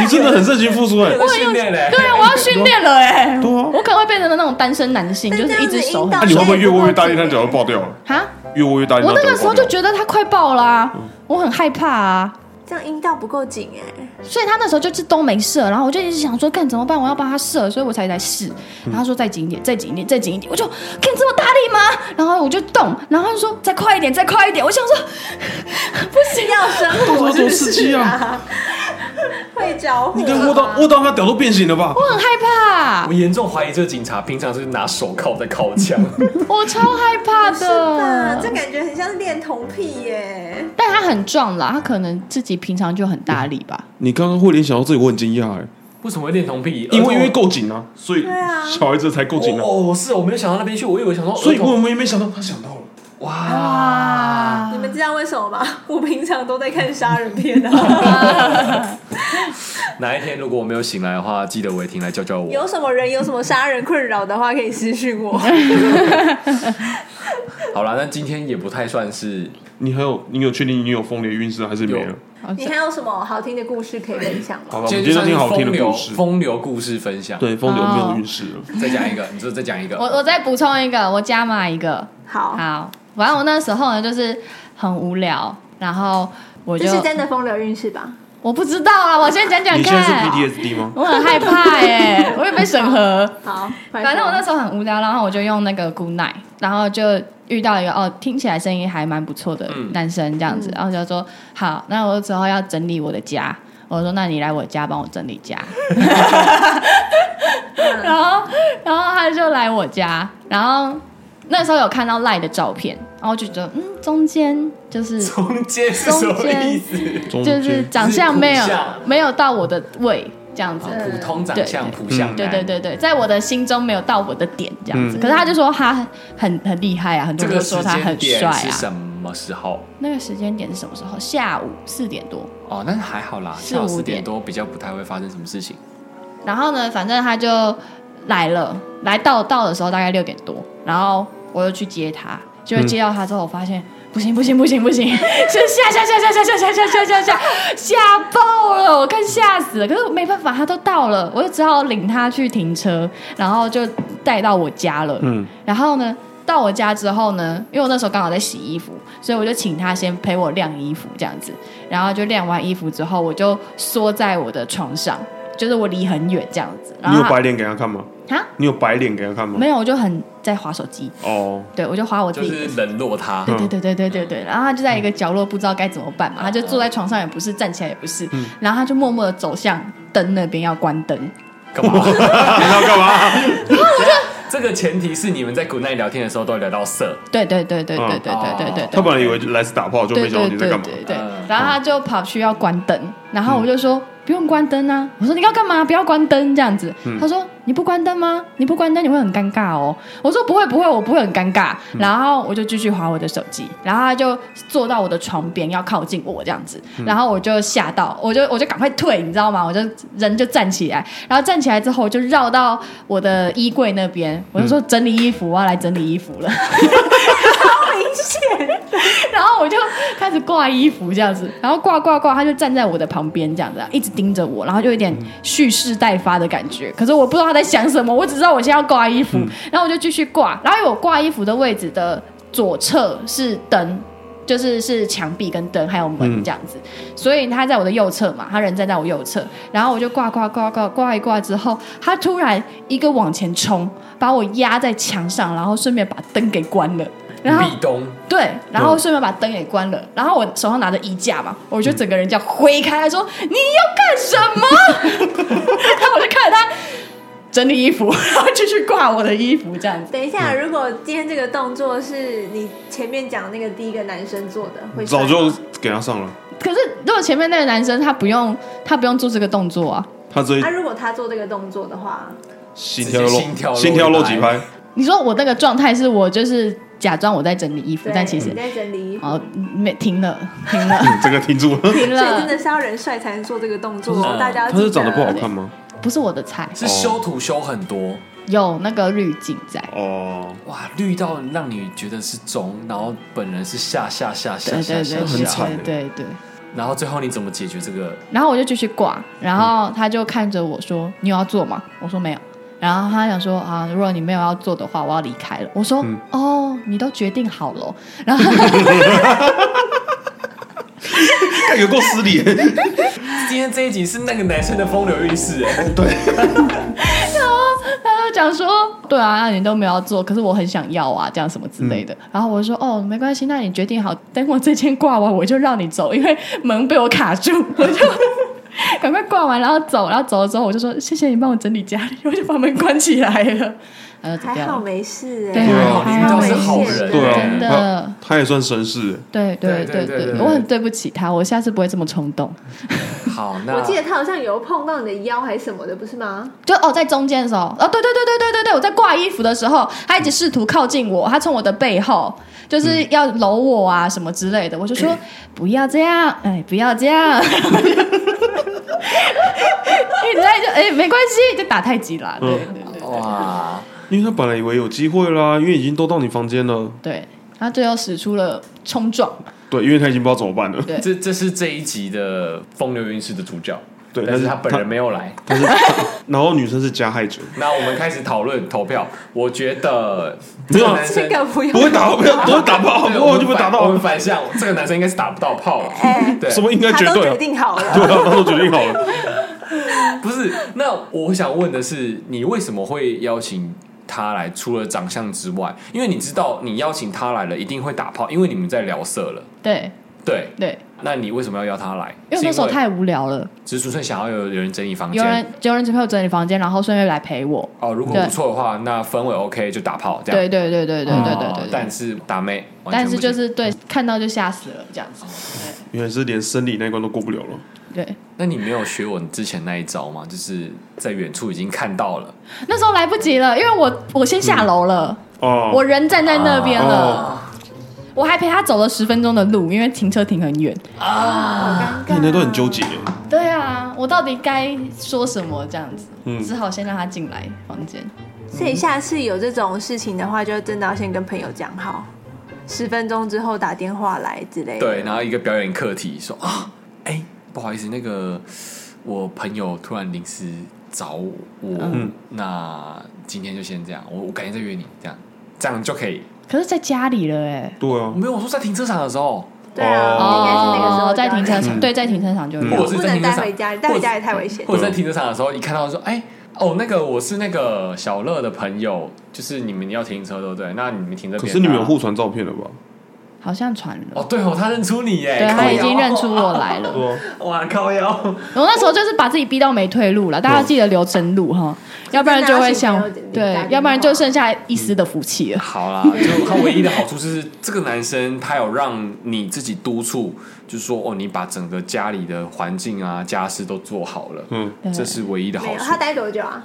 Speaker 3: 你真的很热情付出哎，
Speaker 1: <laughs> 训练嘞，
Speaker 4: <laughs> 对啊，我要训练了哎、
Speaker 3: 对啊
Speaker 4: 我可能会变成那种单身男性，
Speaker 5: 但
Speaker 4: 就
Speaker 5: 这样
Speaker 4: 是一
Speaker 5: 子
Speaker 4: 只手
Speaker 5: 阴
Speaker 4: 很
Speaker 5: 道
Speaker 3: 那
Speaker 5: 啊
Speaker 3: 你会不会越握越大力，那脚就爆掉了？
Speaker 4: 哈。
Speaker 3: 越握越大力，
Speaker 4: 我那个
Speaker 3: 脚
Speaker 4: 时候
Speaker 3: 爆掉
Speaker 4: 就
Speaker 3: 了
Speaker 4: 觉得他快爆了啊，我很害怕啊，
Speaker 5: 这样阴道不够紧哎，
Speaker 4: 所以他那时候就是都没射，然后我就一直想说，干怎么办？我要帮他射，所以我才来试。然后他说再紧一点，再紧一点，再紧一点，我就干这么大力吗？然后我就动，然后他就说再快一点，再快一点。我想说 <laughs> 不行，
Speaker 5: 要生活
Speaker 3: 这
Speaker 5: 是
Speaker 3: 多
Speaker 5: 不
Speaker 3: 刺激
Speaker 5: 是
Speaker 3: 啊！
Speaker 5: 啊？会着火，啊
Speaker 3: 你看握
Speaker 4: <laughs>
Speaker 3: 到握到他屌都变形了吧？
Speaker 4: 我很害怕
Speaker 1: 我，严重怀疑这个警察平常是拿手铐在铐
Speaker 4: <laughs>
Speaker 1: 枪。
Speaker 4: 我超害怕
Speaker 5: 是吧？这
Speaker 4: 的。
Speaker 5: 感觉很像恋童癖耶。
Speaker 4: 但他很壮啦，他可能自己平常就很大力吧。
Speaker 3: 你刚刚会联想到这里，我很惊讶哎，
Speaker 1: 为什么会恋童癖？
Speaker 3: 因为
Speaker 1: 儿童
Speaker 3: 因为够紧啊，所以
Speaker 5: 对啊
Speaker 3: 小孩子才够紧啊，
Speaker 1: 哦，是我没有想到那边去，我以为想说儿童，
Speaker 3: 所以我们也没想到他想到了，
Speaker 1: 哇，
Speaker 5: 你们知道为什么吗？ <laughs> 我平常都在看杀人片 <laughs> 啊。
Speaker 1: 哪一天如果我没有醒来的话，记得伟霆来教教我。
Speaker 5: 有什么人有什么杀人困扰的话，可以私信 <laughs> 我。
Speaker 1: 好啦，那今天也不太算是
Speaker 3: 你还有你有确定你有风雷晕是还是没
Speaker 1: 有
Speaker 3: 了？
Speaker 5: 你还有什么好听的故事可以分享吗？
Speaker 3: 好吧，我们今天听好
Speaker 1: 风
Speaker 3: 听的
Speaker 1: 流
Speaker 3: 故事。
Speaker 1: 风流故事分享。，
Speaker 3: 对，风流没有运势
Speaker 4: 哦
Speaker 3: 了。
Speaker 1: 再讲一个，你就再讲一个。
Speaker 4: 我我再补充一个，我加码一个。
Speaker 5: 好，
Speaker 4: 好，反正我那时候呢就是很无聊，然后我
Speaker 5: 这
Speaker 4: 就是
Speaker 5: 真的风流韵事吧？
Speaker 4: 我不知道啊，我先讲讲
Speaker 3: 你现在是
Speaker 4: 看。
Speaker 3: PTSD 吗？
Speaker 4: 我很害怕耶、我也被审核。
Speaker 5: 好，
Speaker 4: 反正我那时
Speaker 5: 候
Speaker 4: 候很无聊，然后我就用那个 Good Night，然后就遇到一个哦，听起来声音还蛮不错的
Speaker 1: 嗯
Speaker 4: 男生这样子，然后就说好，那我之后要整理我的家，我说那你来我家帮我整理家，然后然后他就来我家，然后那时候有看到赖的照片，然后就觉得嗯，中间就是
Speaker 1: 中间是什么
Speaker 4: 中间
Speaker 1: 意思？
Speaker 3: 中
Speaker 4: 就是
Speaker 3: 间
Speaker 4: 长相没有
Speaker 1: 是骨相
Speaker 4: 没有到我的胃这样子，
Speaker 1: 普通长相，
Speaker 4: 呃对
Speaker 1: 普相男
Speaker 4: 对对，对对，在我的心中没有到我的点这样子。
Speaker 3: 嗯
Speaker 4: 可是他就说他很很厉害啊，很多
Speaker 1: 这
Speaker 4: 人
Speaker 1: 个
Speaker 4: 都说
Speaker 1: 时
Speaker 4: 他
Speaker 1: 间
Speaker 4: 很帅
Speaker 1: 点是
Speaker 4: 啊。
Speaker 1: 什么时候？
Speaker 4: 那个时间点是什么时候？下午四点多。
Speaker 1: 哦，那还好啦，
Speaker 4: 四
Speaker 1: 下午
Speaker 4: 五
Speaker 1: 四点
Speaker 4: 点
Speaker 1: 多比较不太会发生什么事情。
Speaker 4: 然后呢，反正他就来了，来到到的时候大概六点多，然后我就去接他，结果接到他之后，我发现。不行不行不行不行！就吓吓吓吓吓吓吓吓吓吓吓吓爆了，我看吓死了。可是我没办法，他都到了，我就只好领他去停车，然后就带到我家了。
Speaker 3: 嗯，
Speaker 4: 然后呢，到我家之后呢，因为我那时候刚好在洗衣服，所以我就请他先陪我晾衣服这样子。然后就晾完衣服之后，我就缩在我的床上，就是我离很远这样子。然
Speaker 3: 你
Speaker 4: 后
Speaker 3: 有
Speaker 4: 他
Speaker 3: 白脸给他看吗？
Speaker 4: 啊？
Speaker 3: 你有白脸给他看吗？
Speaker 4: 没有，我就很在划手机，
Speaker 3: 哦，
Speaker 4: 对我就划我自
Speaker 1: 就
Speaker 4: 己。
Speaker 1: 是嗯冷落他，
Speaker 4: 对对对对对对对，然后他就在一个角落，不知道该怎么办嘛，他就坐在床上也不是，站起来也不是，
Speaker 1: 嗯
Speaker 4: 然后他就默默的走向灯那边要关灯，
Speaker 1: 干嘛？ <laughs>
Speaker 3: 你要干嘛？
Speaker 1: 这个前提是你们在古奈聊天的时候都有聊到色，
Speaker 4: 对对对对
Speaker 1: 嗯
Speaker 4: 对对对对对对。
Speaker 3: 他本来以为来是打炮，就没
Speaker 4: 对
Speaker 3: 想到
Speaker 4: 对
Speaker 3: 你在
Speaker 4: 对
Speaker 3: 干嘛。
Speaker 4: 对对
Speaker 1: 嗯，
Speaker 4: 然后他就跑去要关灯，然后我就说、不用关灯啊，我说你要干嘛？不要关灯这样子。
Speaker 3: 嗯
Speaker 4: 他说你不关灯吗？你不关灯你会很尴尬哦。我说不会不会，我不会很尴尬。
Speaker 3: 嗯
Speaker 4: 然后我就继续划我的手机，然后他就坐到我的床边要靠近我这样子，
Speaker 3: 嗯
Speaker 4: 然后我就吓到，我就我就赶快退，你知道吗？我就人就站起来，然后站起来之后我就绕到我的衣柜那边，我就说整理衣服，我要来整理衣服了。然后我就开始挂衣服这样子，然后挂挂挂，他就站在我的旁边这样子，一直盯着我，然后就有点蓄势待发的感觉。可是我不知道他在想什么，我只知道我现在要挂衣服，然后我就继续挂，然后因为我挂衣服的位置的左侧是灯。就是是墙壁跟灯还有门这样子，所以他在我的右侧嘛，他人站在我右侧，然后我就挂挂挂挂挂一挂之后，他突然一个往前冲，把我压在墙上，然后顺便把灯给关了，然后
Speaker 1: 壁咚，
Speaker 4: 对，然后顺便把灯给关了，然后我手上拿着衣架嘛，我就整个 <laughs> 人这样挥开，他说你要干什么？然后我就看着他，整理衣服，然后就去挂我的衣服这样子。
Speaker 5: 等一下，如果今天这个动作是你前面讲那个第一个男生做的，会
Speaker 3: 早
Speaker 5: 算
Speaker 3: 就
Speaker 5: 吗
Speaker 3: 给他上了，
Speaker 4: <laughs> 可是如果前面那个男生他不用他不用做这个动作啊，
Speaker 3: 他直
Speaker 5: 啊，
Speaker 3: 接
Speaker 5: 如果他做这个动作的话，
Speaker 3: 心跳漏
Speaker 1: 心跳漏
Speaker 3: 心跳漏几拍，
Speaker 4: 你说我那个状态是我就是假装我在整理衣服
Speaker 5: 对，
Speaker 4: 但其实
Speaker 5: 你在整理衣服，
Speaker 4: 哦没停了停了
Speaker 3: 这个停住了。
Speaker 4: <laughs>
Speaker 5: 所
Speaker 4: 停 <laughs>
Speaker 5: 以真
Speaker 4: 了，
Speaker 5: 的是要人帅才能做这个动作
Speaker 1: 嗯
Speaker 5: 哦，大家要
Speaker 3: 他
Speaker 5: 记
Speaker 3: 是
Speaker 5: 得
Speaker 3: 长得不好看吗？
Speaker 4: 不是我的菜，
Speaker 1: 是修图修很多，
Speaker 4: 有那个滤镜在。
Speaker 3: 哦，
Speaker 1: 哇，绿到让你觉得是中，然后本人是下下下
Speaker 4: 对
Speaker 1: 下
Speaker 4: 对
Speaker 1: 下
Speaker 4: 对
Speaker 1: 下
Speaker 4: 对
Speaker 1: 下，
Speaker 4: 对对对，
Speaker 1: 然后最后你怎么解决这个？
Speaker 4: 然后我就继续挂，然后他就看着我说：“你有要做吗？”我说：“没有。”然后他想说：“啊，如果你没有要做的话，我要离开了。”我说：“哦，你都决定好了。”然后
Speaker 3: 看有够失礼，
Speaker 1: 今天这一集是那个男生的风流韵
Speaker 4: <laughs>
Speaker 1: 事，哎，
Speaker 4: 他就讲说：“对啊，那你都没有要做，可是我很想要啊，这样什么之类的。然后我就说：“哦，没关系，那你决定好，等我这间挂完，我就让你走，因为门被我卡住， <laughs> 我就赶快挂完，然后走。然后走了之后，我就说：‘谢谢你帮我整理家里。’我就把门关起来了，呃然后就走
Speaker 5: 还
Speaker 4: 掉
Speaker 5: 好
Speaker 4: 了。
Speaker 5: 没事
Speaker 4: 对
Speaker 5: 哎，
Speaker 3: 啊
Speaker 1: 你遇到是好
Speaker 5: 还好没
Speaker 1: 人，
Speaker 5: 事
Speaker 3: 对
Speaker 4: 真的
Speaker 3: 啊，他他也算绅士，
Speaker 4: 对对
Speaker 1: 对
Speaker 4: 对
Speaker 1: 对
Speaker 4: 对，
Speaker 1: 对
Speaker 4: 我很对不起他，我下次不会这么冲动。
Speaker 1: 好，
Speaker 3: 啊
Speaker 1: 那
Speaker 5: 我记得他好像有碰到你的腰还是什么的，不是吗？
Speaker 4: 就哦，在中间的时候，哦，对对对对对对对，我在挂衣服的时候，他一直试图靠近我，他从我的背后就是要搂我啊什么之类的，我就说、不要这样，哎，不要这样。一直在就哎，没关系，就打太极啦，对对对
Speaker 1: 哇，
Speaker 3: 因为他本来以为有机会啦，因为已经都到你房间了，
Speaker 4: 对，他最后使出了冲撞，
Speaker 3: 对，因为他已经不知道怎么办了，
Speaker 4: 对
Speaker 1: 这这是这一集的风流韵事的主角，
Speaker 3: 对
Speaker 1: 但
Speaker 3: 但
Speaker 1: 是
Speaker 3: 是
Speaker 1: 他本
Speaker 3: 他
Speaker 1: 人没有
Speaker 3: <laughs>
Speaker 1: 来。
Speaker 3: 然后女生是加害者，
Speaker 1: 那我们开始讨论投票，我觉得这
Speaker 3: 没
Speaker 1: 个
Speaker 3: 有
Speaker 1: 男生
Speaker 5: 这。个不用
Speaker 3: 不会打，不会不会打炮，
Speaker 1: 对
Speaker 3: 不会就被
Speaker 1: 们
Speaker 3: 打
Speaker 1: 反我
Speaker 3: 到
Speaker 1: 们，反向，这个男生应该是打不到炮了。
Speaker 4: 哎
Speaker 1: 对，
Speaker 3: 什么应该
Speaker 5: 他
Speaker 3: 绝
Speaker 5: 都
Speaker 3: 对啊
Speaker 5: 决，定好了，
Speaker 3: 对啊，他都决定好了，
Speaker 1: 不是，那我想问的是，你为什么会邀请他来？除了长相之外，因为你知道你邀请他来了，一定会打炮，因为你们在聊色了。
Speaker 4: 对
Speaker 1: 对，
Speaker 4: 对，
Speaker 1: 那你为什么要邀他来？
Speaker 4: 因为那时候
Speaker 1: 是因
Speaker 4: 太无聊了，
Speaker 1: 只是纯粹想要有有人整理房
Speaker 4: 有人
Speaker 1: 间。
Speaker 4: 有人陪我整理房间，然后顺便来陪我，
Speaker 1: 哦，如果
Speaker 4: 对
Speaker 1: 不错的话，那氛围 OK 就打炮这样。
Speaker 4: 对对对对对对对
Speaker 1: 哦
Speaker 4: 对对
Speaker 1: 但，是打妹，完全
Speaker 4: 但
Speaker 1: 不
Speaker 4: 是
Speaker 1: 行
Speaker 4: 就是对看到就吓死了这样子，
Speaker 3: 原来是连生理那一关都过不了了，
Speaker 4: 对。
Speaker 1: 那你没有学我之前那一招吗？就是在远处已经看到了，
Speaker 4: 那时候来不及了，因为我我先下楼了，
Speaker 3: 哦，
Speaker 4: 我人站在那边了，
Speaker 3: 哦，
Speaker 4: 我还陪他走了十分钟的路，因为停车停很远。
Speaker 3: 啊
Speaker 5: 啊
Speaker 3: 那那都很纠结，
Speaker 4: 对啊，我到底该说什么这样子？
Speaker 3: 嗯
Speaker 4: 只好先让他进来房间。
Speaker 5: 所以下次有这种事情的话，就真的要先跟朋友讲好，十分钟之后打电话来之类的。
Speaker 1: 对，然后一个表演课题说啊，哎、不好意思，那个我朋友突然临时找我，那今天就先这样，我我改天再约你，这样这样就可以。
Speaker 4: 可是，在家里了哎、
Speaker 3: 对啊，
Speaker 1: 没有，我说在停车场的时候，
Speaker 5: 对啊，
Speaker 3: 哦
Speaker 5: 应该是那个时候
Speaker 4: 在停车
Speaker 5: 场，
Speaker 4: 场，对，在停车场就
Speaker 3: 嗯
Speaker 1: 或者
Speaker 4: 有。
Speaker 1: 是
Speaker 5: 不
Speaker 1: 在
Speaker 5: 能
Speaker 1: 停车
Speaker 5: 带
Speaker 1: 场
Speaker 5: 回家，带回家也太危险。
Speaker 1: 或者在停车场的时候，一看到说，哎、哦，那个我是那个小乐的朋友，就是你们要停车对不对？那你们停这边啊。
Speaker 3: 可是你们有互传照片了吧？
Speaker 4: 好像传
Speaker 1: 哦，
Speaker 4: 了。
Speaker 1: 对哦，他认出你耶，
Speaker 4: 对
Speaker 1: 靠
Speaker 4: 他已
Speaker 1: 腰
Speaker 4: 经认出我来了，
Speaker 3: 对啊，
Speaker 1: 哇靠腰，
Speaker 3: <laughs>
Speaker 4: 我那时候就是把自己逼到没退路了，大家记得留真路哈，要不然就会想
Speaker 5: 就是拿起朋友打电
Speaker 4: 对
Speaker 5: 话，
Speaker 4: 要不然就剩下一丝的福气了。
Speaker 1: 好啦，就他唯一的好处是，这个男生他有让你自己督促，就是说哦，你把整个家里的环境啊、家事都做好了，
Speaker 3: 嗯，
Speaker 4: 对
Speaker 1: 这是唯一的
Speaker 5: 没
Speaker 1: 好
Speaker 5: 有，
Speaker 1: 处
Speaker 5: 他。待多久啊？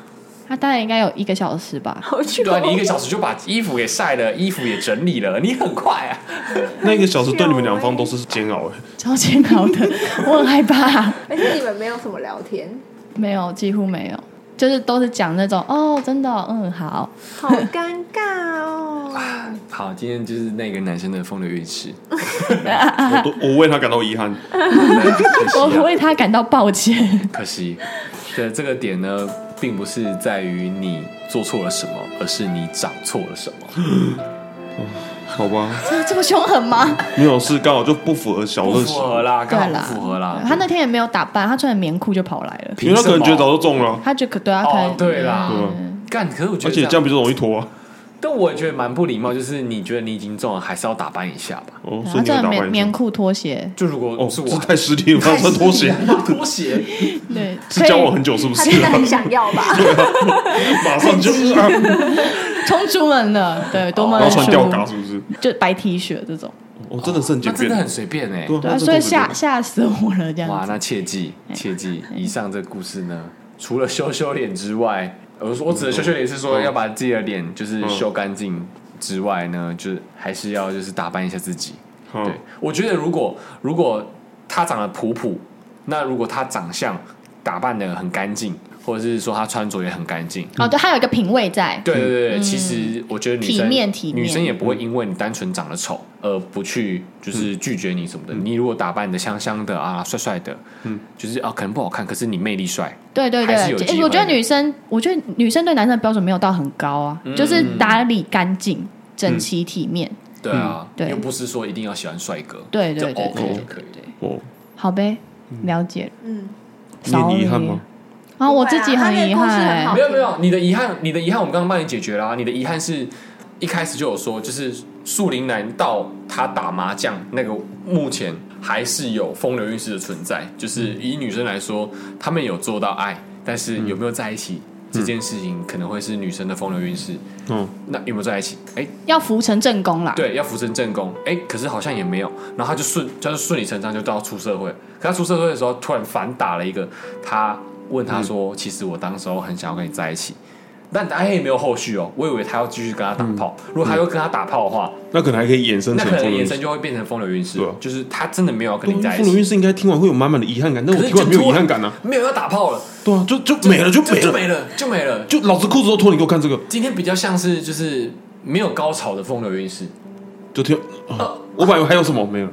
Speaker 4: 他大概应该有一个小时吧， <laughs>
Speaker 5: 好久。
Speaker 1: 对啊，你一个小时就把衣服给晒了，衣服也整理了，你很快啊。
Speaker 3: <laughs> 那一个小时对你们两方都是煎熬，哎，
Speaker 4: 超煎熬 <laughs> 的，我很害怕。
Speaker 5: 而且你们没有什么聊天，
Speaker 4: 没有，几乎没有，就是都是讲那种哦，真的哦、嗯，好，
Speaker 5: 好尴尬
Speaker 3: <laughs>
Speaker 5: 哦。
Speaker 1: 好，今天就是那个男生的风流韵事，
Speaker 3: 我都我为他感到遗憾， <laughs>
Speaker 1: 可 <laughs> 惜、
Speaker 4: 我
Speaker 1: 啊，
Speaker 4: 为他感到抱歉。
Speaker 1: 可惜。对这个点呢，并不是在于你做错了什么，而是你长错了什么。
Speaker 3: 好吧，
Speaker 4: 这这么凶狠吗？
Speaker 3: 没有是刚好就不符合小
Speaker 1: 不
Speaker 3: 乐
Speaker 1: 符合啦，
Speaker 4: 对
Speaker 1: 刚好
Speaker 4: 啦
Speaker 1: 不符合啦。
Speaker 4: 他那天也没有打扮，他穿着棉裤就跑来了。
Speaker 3: 因为他可能觉得早就中了啊，
Speaker 4: 他就可对他可能、嗯
Speaker 1: 哦，对啦，
Speaker 3: 对吧？
Speaker 1: 干，可是我觉
Speaker 3: 而
Speaker 1: 得
Speaker 3: 且这样比较容易脱啊，
Speaker 1: 但我也觉得蛮不礼貌，就是你觉得你已经中了，还是要打扮一下吧。
Speaker 3: 哦，
Speaker 4: 然
Speaker 3: 所
Speaker 4: 后
Speaker 3: 以你
Speaker 4: 这
Speaker 3: 有
Speaker 4: 个
Speaker 1: 嗯
Speaker 3: 打
Speaker 4: 棉
Speaker 3: 扮一下
Speaker 4: 棉裤拖鞋，
Speaker 1: 就如果
Speaker 3: 哦，
Speaker 1: 是
Speaker 3: 这 <laughs>
Speaker 1: 我，
Speaker 3: 太失礼了，
Speaker 1: 太
Speaker 3: 穿拖鞋，
Speaker 1: 拖鞋，
Speaker 4: 对，
Speaker 3: 是交往很久是不
Speaker 5: 他
Speaker 3: 是
Speaker 5: 真？的很想要吧？
Speaker 3: <laughs> 马上就是啊，
Speaker 4: 嗯冲出门了，对，多么
Speaker 3: 然
Speaker 4: 的
Speaker 3: 后
Speaker 4: 舒
Speaker 3: 哦穿吊嘎是
Speaker 4: 服，
Speaker 3: 不是？
Speaker 4: 就白 T 恤这种，
Speaker 3: 哦，真的是很
Speaker 1: 那
Speaker 3: 简
Speaker 1: 真
Speaker 3: 便
Speaker 1: 的，很随便哎、
Speaker 3: 对啊
Speaker 4: 对啊，所以吓吓死我了，这
Speaker 1: 哇，
Speaker 4: 样子。哎
Speaker 1: 那切记切记，以上这故事呢，除了修修脸之外，我说我指的修修脸是说
Speaker 3: 嗯
Speaker 1: 要把自己的脸就是修干净之外呢，就是还是要就是打扮一下自己。
Speaker 4: 哦
Speaker 3: 好
Speaker 1: 对，我觉得如果如果他长得普普，那如果他长相打扮的很干净，或者是说他穿着也很干净，
Speaker 4: 哦，对，还有一个品味在，
Speaker 1: 对对对对，其实我觉得女生
Speaker 4: 嗯体面体面
Speaker 1: 女生也不会因为你单纯长得丑而不去就是拒绝你什么的。
Speaker 4: 嗯
Speaker 1: 你如果打扮的香香的啊，帅帅的，嗯，就是啊可能不好看，可是你魅力帅，
Speaker 4: 对对对，
Speaker 1: 还是有机
Speaker 4: 诶
Speaker 1: 会
Speaker 4: 我觉得女生，我觉得女生对男生的标准没有到很高啊，
Speaker 1: 嗯
Speaker 4: 就是打理干净、整齐、体面。
Speaker 1: 对啊，
Speaker 4: 嗯对
Speaker 1: 又不是说一定要喜欢帅哥，
Speaker 4: 对对
Speaker 1: 就
Speaker 4: 对
Speaker 1: OK
Speaker 4: 对
Speaker 1: 就可以。
Speaker 3: 哦，
Speaker 4: 好呗，了解了。
Speaker 5: 嗯，
Speaker 3: 你很遗憾
Speaker 4: Sorry
Speaker 3: 吗？
Speaker 4: 啊，我自己
Speaker 5: 不会啊
Speaker 4: 很
Speaker 5: 他那个
Speaker 4: 遗
Speaker 5: 故事很
Speaker 4: 憾
Speaker 5: 好
Speaker 1: 没，有没有，你的遗憾，你的遗憾，我们刚刚帮你解决了、啊。你的遗憾是一开始就有说，就是树林男到他打麻将那个目前还是有风流韵事的存在，就是以女生来说，他们有做到爱，但是有没有在一起、这件事情，可能会是女生的风流韵事。
Speaker 3: 嗯，
Speaker 1: 那有没有在一起？哎、
Speaker 4: 要浮成正宫啦。
Speaker 1: 对，要扶正正宫，哎、可是好像也没有，然后他就顺，他就顺理成章就到出社会。可他出社会的时候，突然反打了一个，他问他
Speaker 3: 嗯
Speaker 1: 说：“其实我当时候很想要跟你在一起，但他也没有后续哦，我以为他要继续跟他打炮。如果他又跟他打炮的话，
Speaker 3: 那可能还可以衍生
Speaker 1: 那
Speaker 3: 嗯
Speaker 1: 可
Speaker 3: 成
Speaker 1: 能
Speaker 3: 风流
Speaker 1: 延
Speaker 3: 韵
Speaker 1: 伸
Speaker 3: 事。
Speaker 1: 就会变成风流韵事
Speaker 3: 对啊，
Speaker 1: 就是他真的没有要跟
Speaker 3: 对
Speaker 1: 你在
Speaker 3: 啊
Speaker 1: 一
Speaker 3: 风流
Speaker 1: 起。”
Speaker 3: 韵事应该听完会有满满的遗憾感，但
Speaker 1: 可
Speaker 3: 我
Speaker 1: 是
Speaker 3: 听完没
Speaker 1: 就
Speaker 3: 有
Speaker 1: 突
Speaker 3: 遗
Speaker 1: 然
Speaker 3: 憾感啊。
Speaker 1: 没有要打炮了，
Speaker 3: 对啊，就就没了，就
Speaker 1: 就
Speaker 3: 没
Speaker 1: 就
Speaker 3: 了，
Speaker 1: 没了，就没了。
Speaker 3: 就老子裤子都脱，你给我看这个，
Speaker 1: 今天比较像是就是没有高潮的风流韵事，
Speaker 3: 就听啊，我本来还有什么没了？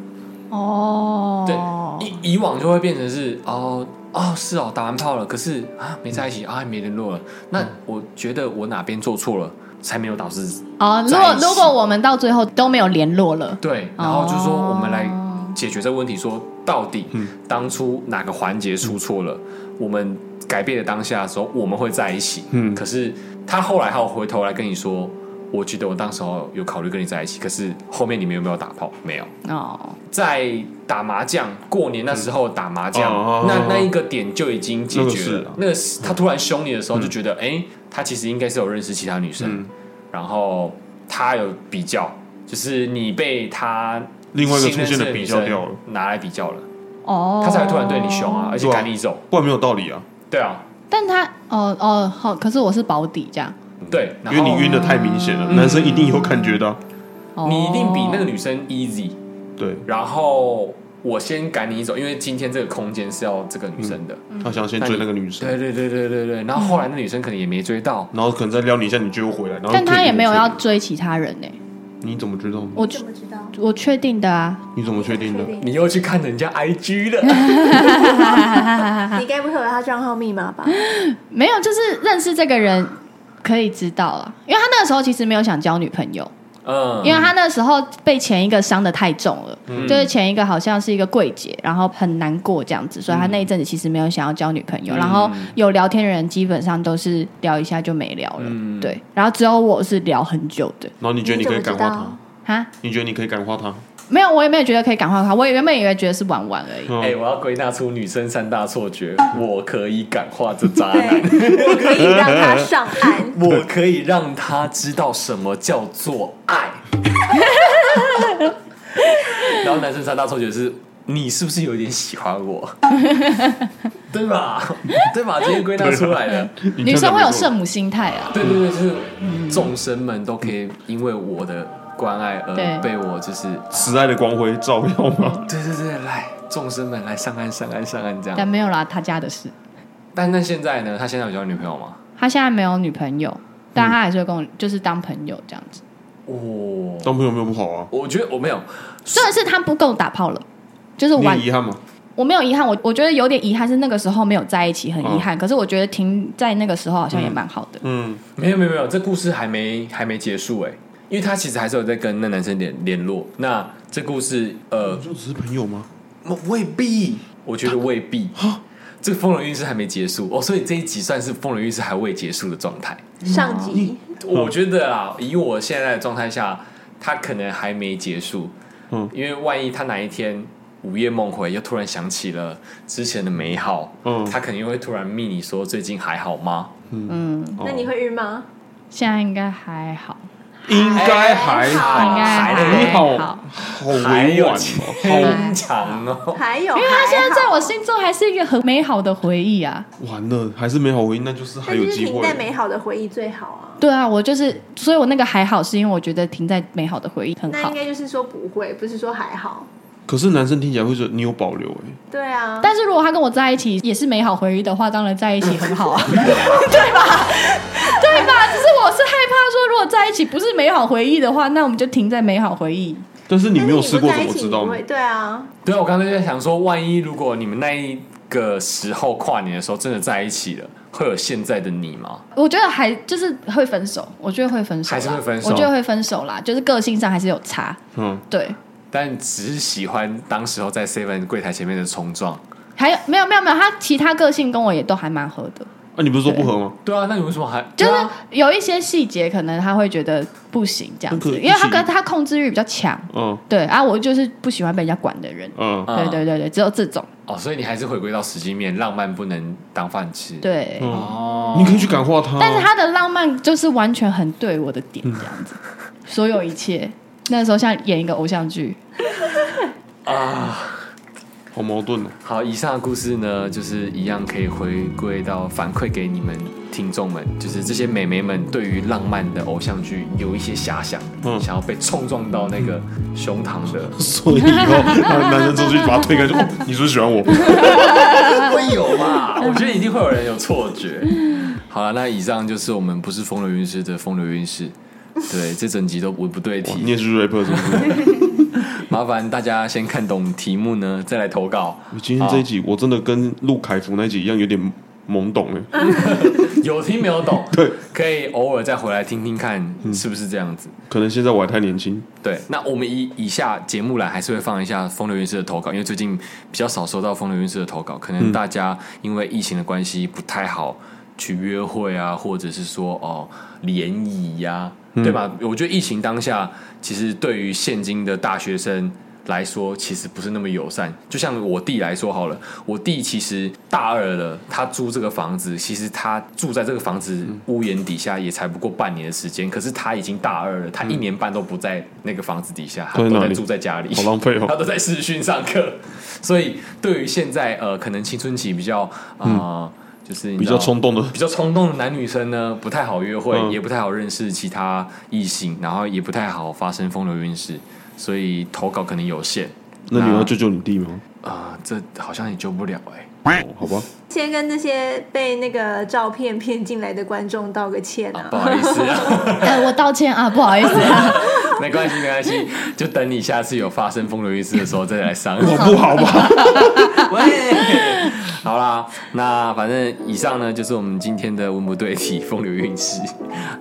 Speaker 1: 对
Speaker 4: 哦，，
Speaker 1: 以以往就会变成是哦哦是哦，打完炮了，可是啊没在一起啊，没联络了。那
Speaker 4: 嗯
Speaker 1: 我觉得我哪边做错了，才没有导致
Speaker 4: 哦，如
Speaker 1: 在
Speaker 4: 果
Speaker 1: 一起
Speaker 4: 如果我们到最后都没有联络了，
Speaker 1: 对，然后就说
Speaker 4: 哦
Speaker 1: 我们来解决这个问题，说到底
Speaker 4: 嗯
Speaker 1: 当初哪个环节出错了，我们改变的当下的时候，我们会在一起。
Speaker 3: 嗯
Speaker 1: 可是他后来还有回头来跟你说。我觉得我当时候有考虑跟你在一起，可是后面你们有没有打炮？没有。
Speaker 4: 哦，
Speaker 1: 在打麻将，过年那时候打麻将，
Speaker 3: 哦
Speaker 1: 那那一个点就已经解决了。那
Speaker 3: 那啊
Speaker 1: 个是他突然凶你的时候，就觉得哎、诶他其实应该是有认识其他女生，
Speaker 3: 嗯
Speaker 1: 然后他有比较，就是你被他
Speaker 3: 另外一个
Speaker 1: 新认
Speaker 3: 出现
Speaker 1: 识
Speaker 3: 的
Speaker 1: 的
Speaker 3: 比较掉了
Speaker 1: 女生拿来比较了，
Speaker 4: 哦，
Speaker 1: 他才会突然对你凶啊，而且
Speaker 3: 对啊
Speaker 1: 赶你走。
Speaker 3: 不然没有道理啊，
Speaker 1: 对啊，
Speaker 4: 但他哦哦好，可是我是保底这样，
Speaker 1: 对，
Speaker 3: 嗯因
Speaker 1: 然
Speaker 3: 为
Speaker 1: 后
Speaker 3: 你晕的太明显了，男生一定有感觉的啊。
Speaker 4: 哦
Speaker 1: 你一定比那个女生 easy，
Speaker 3: 对
Speaker 1: 然后我先赶你走，因为今天这个空间是要这个女生的。
Speaker 3: 他想要先追那个女生，
Speaker 1: 对对对对对对，然后后来那女生可能也没追到，
Speaker 3: 然后可能再撩你一下，你就又回来。然后
Speaker 4: 但他也没有要
Speaker 3: 可以
Speaker 4: 追其他人呢、欸
Speaker 3: 你怎么确定，你怎么知道？
Speaker 4: 我
Speaker 5: 怎
Speaker 4: 就
Speaker 5: 么知道？
Speaker 4: 我确定的啊，
Speaker 3: 你怎么确定的？
Speaker 1: 你又去看人家 IG <laughs> 了，
Speaker 5: 你该不会有他账号密码吧？
Speaker 4: 没有，就是认识这个人可以知道了，因为他那个时候其实没有想交女朋友，
Speaker 1: 嗯，
Speaker 4: 因为他那时候被前一个伤的太重了，
Speaker 3: 嗯
Speaker 4: 就是前一个好像是一个柜姐，然后很难过这样
Speaker 3: 嗯
Speaker 4: 子，所以他那一阵子其实没有想要交女朋友，
Speaker 1: 嗯
Speaker 4: 然后有聊天的人基本上都是聊一下就没聊了，
Speaker 3: 嗯
Speaker 4: 对，然后只有我是聊很久的
Speaker 3: 然后你觉得你可以感化
Speaker 5: 你怎么
Speaker 3: 他？
Speaker 4: 啊，
Speaker 3: 你觉得你可以感化他？
Speaker 4: 没有，我也没有觉得可以感化他，我原本以为觉得是玩玩而已，
Speaker 3: 嗯
Speaker 1: 哎、我要归纳出女生三大错 <laughs> 觉：我可以感化这渣男，
Speaker 5: 对，我可以让他上
Speaker 4: <laughs>
Speaker 5: 岸。
Speaker 1: 我可以让他知道什么叫做 <laughs> 爱。然后男生三大错觉是：你是不是有点喜欢 <laughs> 我？对吧？对吧？今天归纳出来的，
Speaker 3: 你
Speaker 4: 女
Speaker 3: 这
Speaker 4: 生
Speaker 3: 样
Speaker 4: 会有
Speaker 3: 讲没错
Speaker 4: 圣母心态啊，
Speaker 1: 对对对，就是众生们都可以因为我的关爱而
Speaker 4: 对
Speaker 1: 被我就是
Speaker 3: 慈爱的光辉照耀吗？
Speaker 1: 对对对，来，众生们来上岸上岸上岸这
Speaker 4: 但
Speaker 1: 样。
Speaker 4: 没有啦，他家的事。
Speaker 1: 但那现在呢？他现在有交女朋友吗？
Speaker 4: 他现在没有女朋友，但他还是会跟我就是当朋友这样子。
Speaker 1: 哦，
Speaker 3: 当朋友没有不好啊，
Speaker 1: 我觉得我没有，
Speaker 4: 虽然是他不跟我打炮了，就是
Speaker 3: 你
Speaker 4: 玩
Speaker 3: 有遗憾吗？
Speaker 4: 我没有遗憾，我我觉得有点遗憾是那个时候没有在一起，很遗憾。可是我觉得停在那个时候好像也蛮好的。
Speaker 3: 嗯，
Speaker 1: 没有没有没有，这故事还没还没结束哎、因为他其实还是有在跟那男生联联络。那这故事呃
Speaker 3: 你，说只是朋友吗？
Speaker 1: 未必，啊我觉得未必。这个风流韵事还没结束哦，所以这一集算是风流韵事还未结束的状态。
Speaker 5: 上集
Speaker 1: <laughs>
Speaker 3: 嗯
Speaker 1: 我觉得啊，以我现在的状态下，他可能还没结束。
Speaker 3: 嗯
Speaker 1: 因为万一他哪一天午夜梦回，又突然想起了之前的美好，
Speaker 3: 嗯
Speaker 1: 他肯定会突然密你说最近还好吗？
Speaker 3: 哦
Speaker 4: 哦
Speaker 5: 那你会晕吗？
Speaker 4: 现在应该还好，
Speaker 3: 应该还
Speaker 4: 应
Speaker 3: 好
Speaker 4: 该，
Speaker 1: 还
Speaker 3: 你好
Speaker 4: 还好。
Speaker 3: 好委婉啊哦，
Speaker 1: 很长哦。
Speaker 5: 还有，
Speaker 4: 因为他现在在我
Speaker 5: 心，
Speaker 4: 心中还是一个很美好的回忆啊。
Speaker 3: 好完了，还是没好回应，那就是还
Speaker 5: 那
Speaker 3: 有
Speaker 5: 就是
Speaker 3: 机
Speaker 5: 停
Speaker 3: 会
Speaker 5: 在。美好的回忆最好啊。
Speaker 4: 对啊，我就是，所以我那个还好，是因为我觉得停在美好的回忆很
Speaker 5: 那
Speaker 4: 好
Speaker 5: 应。该就是说不会，不是说还好。
Speaker 3: 可是男生听起来会说你有保留哎，
Speaker 5: 对啊，
Speaker 4: 但是如果他跟我在一起也是美好回忆的话，当然在一起
Speaker 1: <laughs>
Speaker 4: 很好啊，对吧？对吧？只是我是害怕说，如果在一起不是美好回忆的话，那我们就停在美好回忆。
Speaker 3: 但是你
Speaker 5: 但是
Speaker 3: 没有试
Speaker 5: 不
Speaker 3: 过
Speaker 5: 在
Speaker 3: 怎
Speaker 5: 一
Speaker 3: 么
Speaker 5: 起
Speaker 3: 知道
Speaker 5: 你
Speaker 3: 呢
Speaker 5: 会？对啊，
Speaker 1: 对啊，我刚才就在想说，万一如果你们那一个时候跨年的时候真的在一起了，会有现在的你吗？
Speaker 4: 我觉得还就是会分手，我觉得会分手啦，
Speaker 1: 还是会分手
Speaker 4: 我觉得会分手啦，就是个性上还是有差。
Speaker 3: 嗯，
Speaker 4: 对，
Speaker 1: 但只是喜欢当时候在 Seven 柜台前面的冲撞。
Speaker 4: 还有没有没有没有，他其他个性跟我也都还蛮合的，
Speaker 3: 啊，你不是说不合吗？
Speaker 1: 对啊，那你为什么还
Speaker 4: 就是
Speaker 1: 对啊
Speaker 4: 有一些细节可能他会觉得不行这样子，
Speaker 3: 那可
Speaker 4: 因为他
Speaker 3: 一起
Speaker 4: 跟他控制欲比较强。
Speaker 3: 嗯
Speaker 4: 对啊，我就是不喜欢被人家管的人。
Speaker 3: 嗯，
Speaker 1: 嗯
Speaker 4: 对对对对，只有这种。
Speaker 1: 哦，所以你还是回归到实际面，浪漫不能当饭吃。
Speaker 4: 对，
Speaker 1: 哦，
Speaker 3: 你可以去感化他。啊
Speaker 4: 但是他的浪漫就是完全很对我的点，这样子，所有一切。那时候像演一个偶像剧，
Speaker 3: 好矛盾哦。
Speaker 1: 好，以上的故事呢，就是一样可以回归到反馈给你们听众们，就是这些美眉们对于浪漫的偶像剧有一些遐想，
Speaker 3: 嗯
Speaker 1: 想要被冲撞到那个胸膛的。
Speaker 3: <laughs> 所以以后男男生出去把他推开， <laughs> 就哦，你是不是喜欢我？
Speaker 1: 会有吧？ <laughs> 我觉得一定会有人有错觉。好了，那以上就是我们不是风流韵事的风流韵事。对，这整集都文不对
Speaker 3: 你
Speaker 1: 题，
Speaker 3: 也是 rapper 是不 <laughs> 是？
Speaker 1: 麻烦大家先看懂题目呢，再来投稿。
Speaker 3: 我今天这一集我真的跟陆凯福那一集一样，有点懵懂 <laughs> 哎。
Speaker 1: 有听没有懂？
Speaker 3: 对，
Speaker 1: 可以偶尔再回来听听看，是不是这样子？
Speaker 3: 可能现在我还太年轻。
Speaker 1: 对，那我们以以下节目栏还是会放一下风流韵事的投稿，因为最近比较少收到风流韵事的投稿，可能大家因为疫情的关系不太好去约会啊，或者是说哦联谊呀，
Speaker 3: 嗯
Speaker 1: 对吧？我觉得疫情当下，其实对于现今的大学生。来说其实不是那么友善，就像我弟来说好了，我弟其实大二了，他租这个房子，其实他住在这个房子屋檐底下也才不过半年的时间，可是他已经大二了，他
Speaker 3: 嗯
Speaker 1: 一年半都不在那个房子底下，他
Speaker 3: 都在
Speaker 1: 都
Speaker 3: 哪
Speaker 1: 在
Speaker 3: 里
Speaker 1: 住在家里， <laughs>
Speaker 3: <laughs> 好浪费哦
Speaker 1: 他都在视讯上课，所以对于现在呃，可能青春期比较啊，就是你
Speaker 3: 嗯比
Speaker 1: 知
Speaker 3: 较
Speaker 1: 道
Speaker 3: 冲动的
Speaker 1: 比较冲动的男女生呢，不太好约会，
Speaker 3: 嗯
Speaker 1: 也不太好认识其他异性，然后也不太好发生风流韵事，所以投稿可能有限。
Speaker 3: 那你要救救你弟吗？
Speaker 1: 啊、这好像也救不了哎、
Speaker 3: 哦好吧，
Speaker 5: 先跟这些被那个照片骗进来的观众道个歉
Speaker 1: 啊
Speaker 5: 啊。
Speaker 1: 不好意思啊， <laughs>
Speaker 4: 哎，我道歉啊，不好意思啊，
Speaker 1: 没关系没关系， <laughs> 就等你下次有发生风流韵事的时候再来上。
Speaker 3: 我哦不好吧？
Speaker 1: 喂，好啦，那反正以上呢就是我们今天的文不对题风流韵事。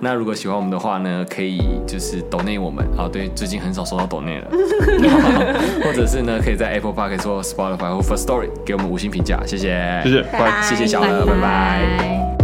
Speaker 1: 那如果喜欢我们的话呢，可以就是抖内我们啊，对，最近很少收到抖 <laughs> 内了，或者是呢可以在 Apple Park 或 Spotify 或 First Story 给我们五星评价，谢谢，
Speaker 3: 谢谢，
Speaker 5: 拜
Speaker 3: 拜。
Speaker 1: 谢谢小乐，拜拜
Speaker 4: 拜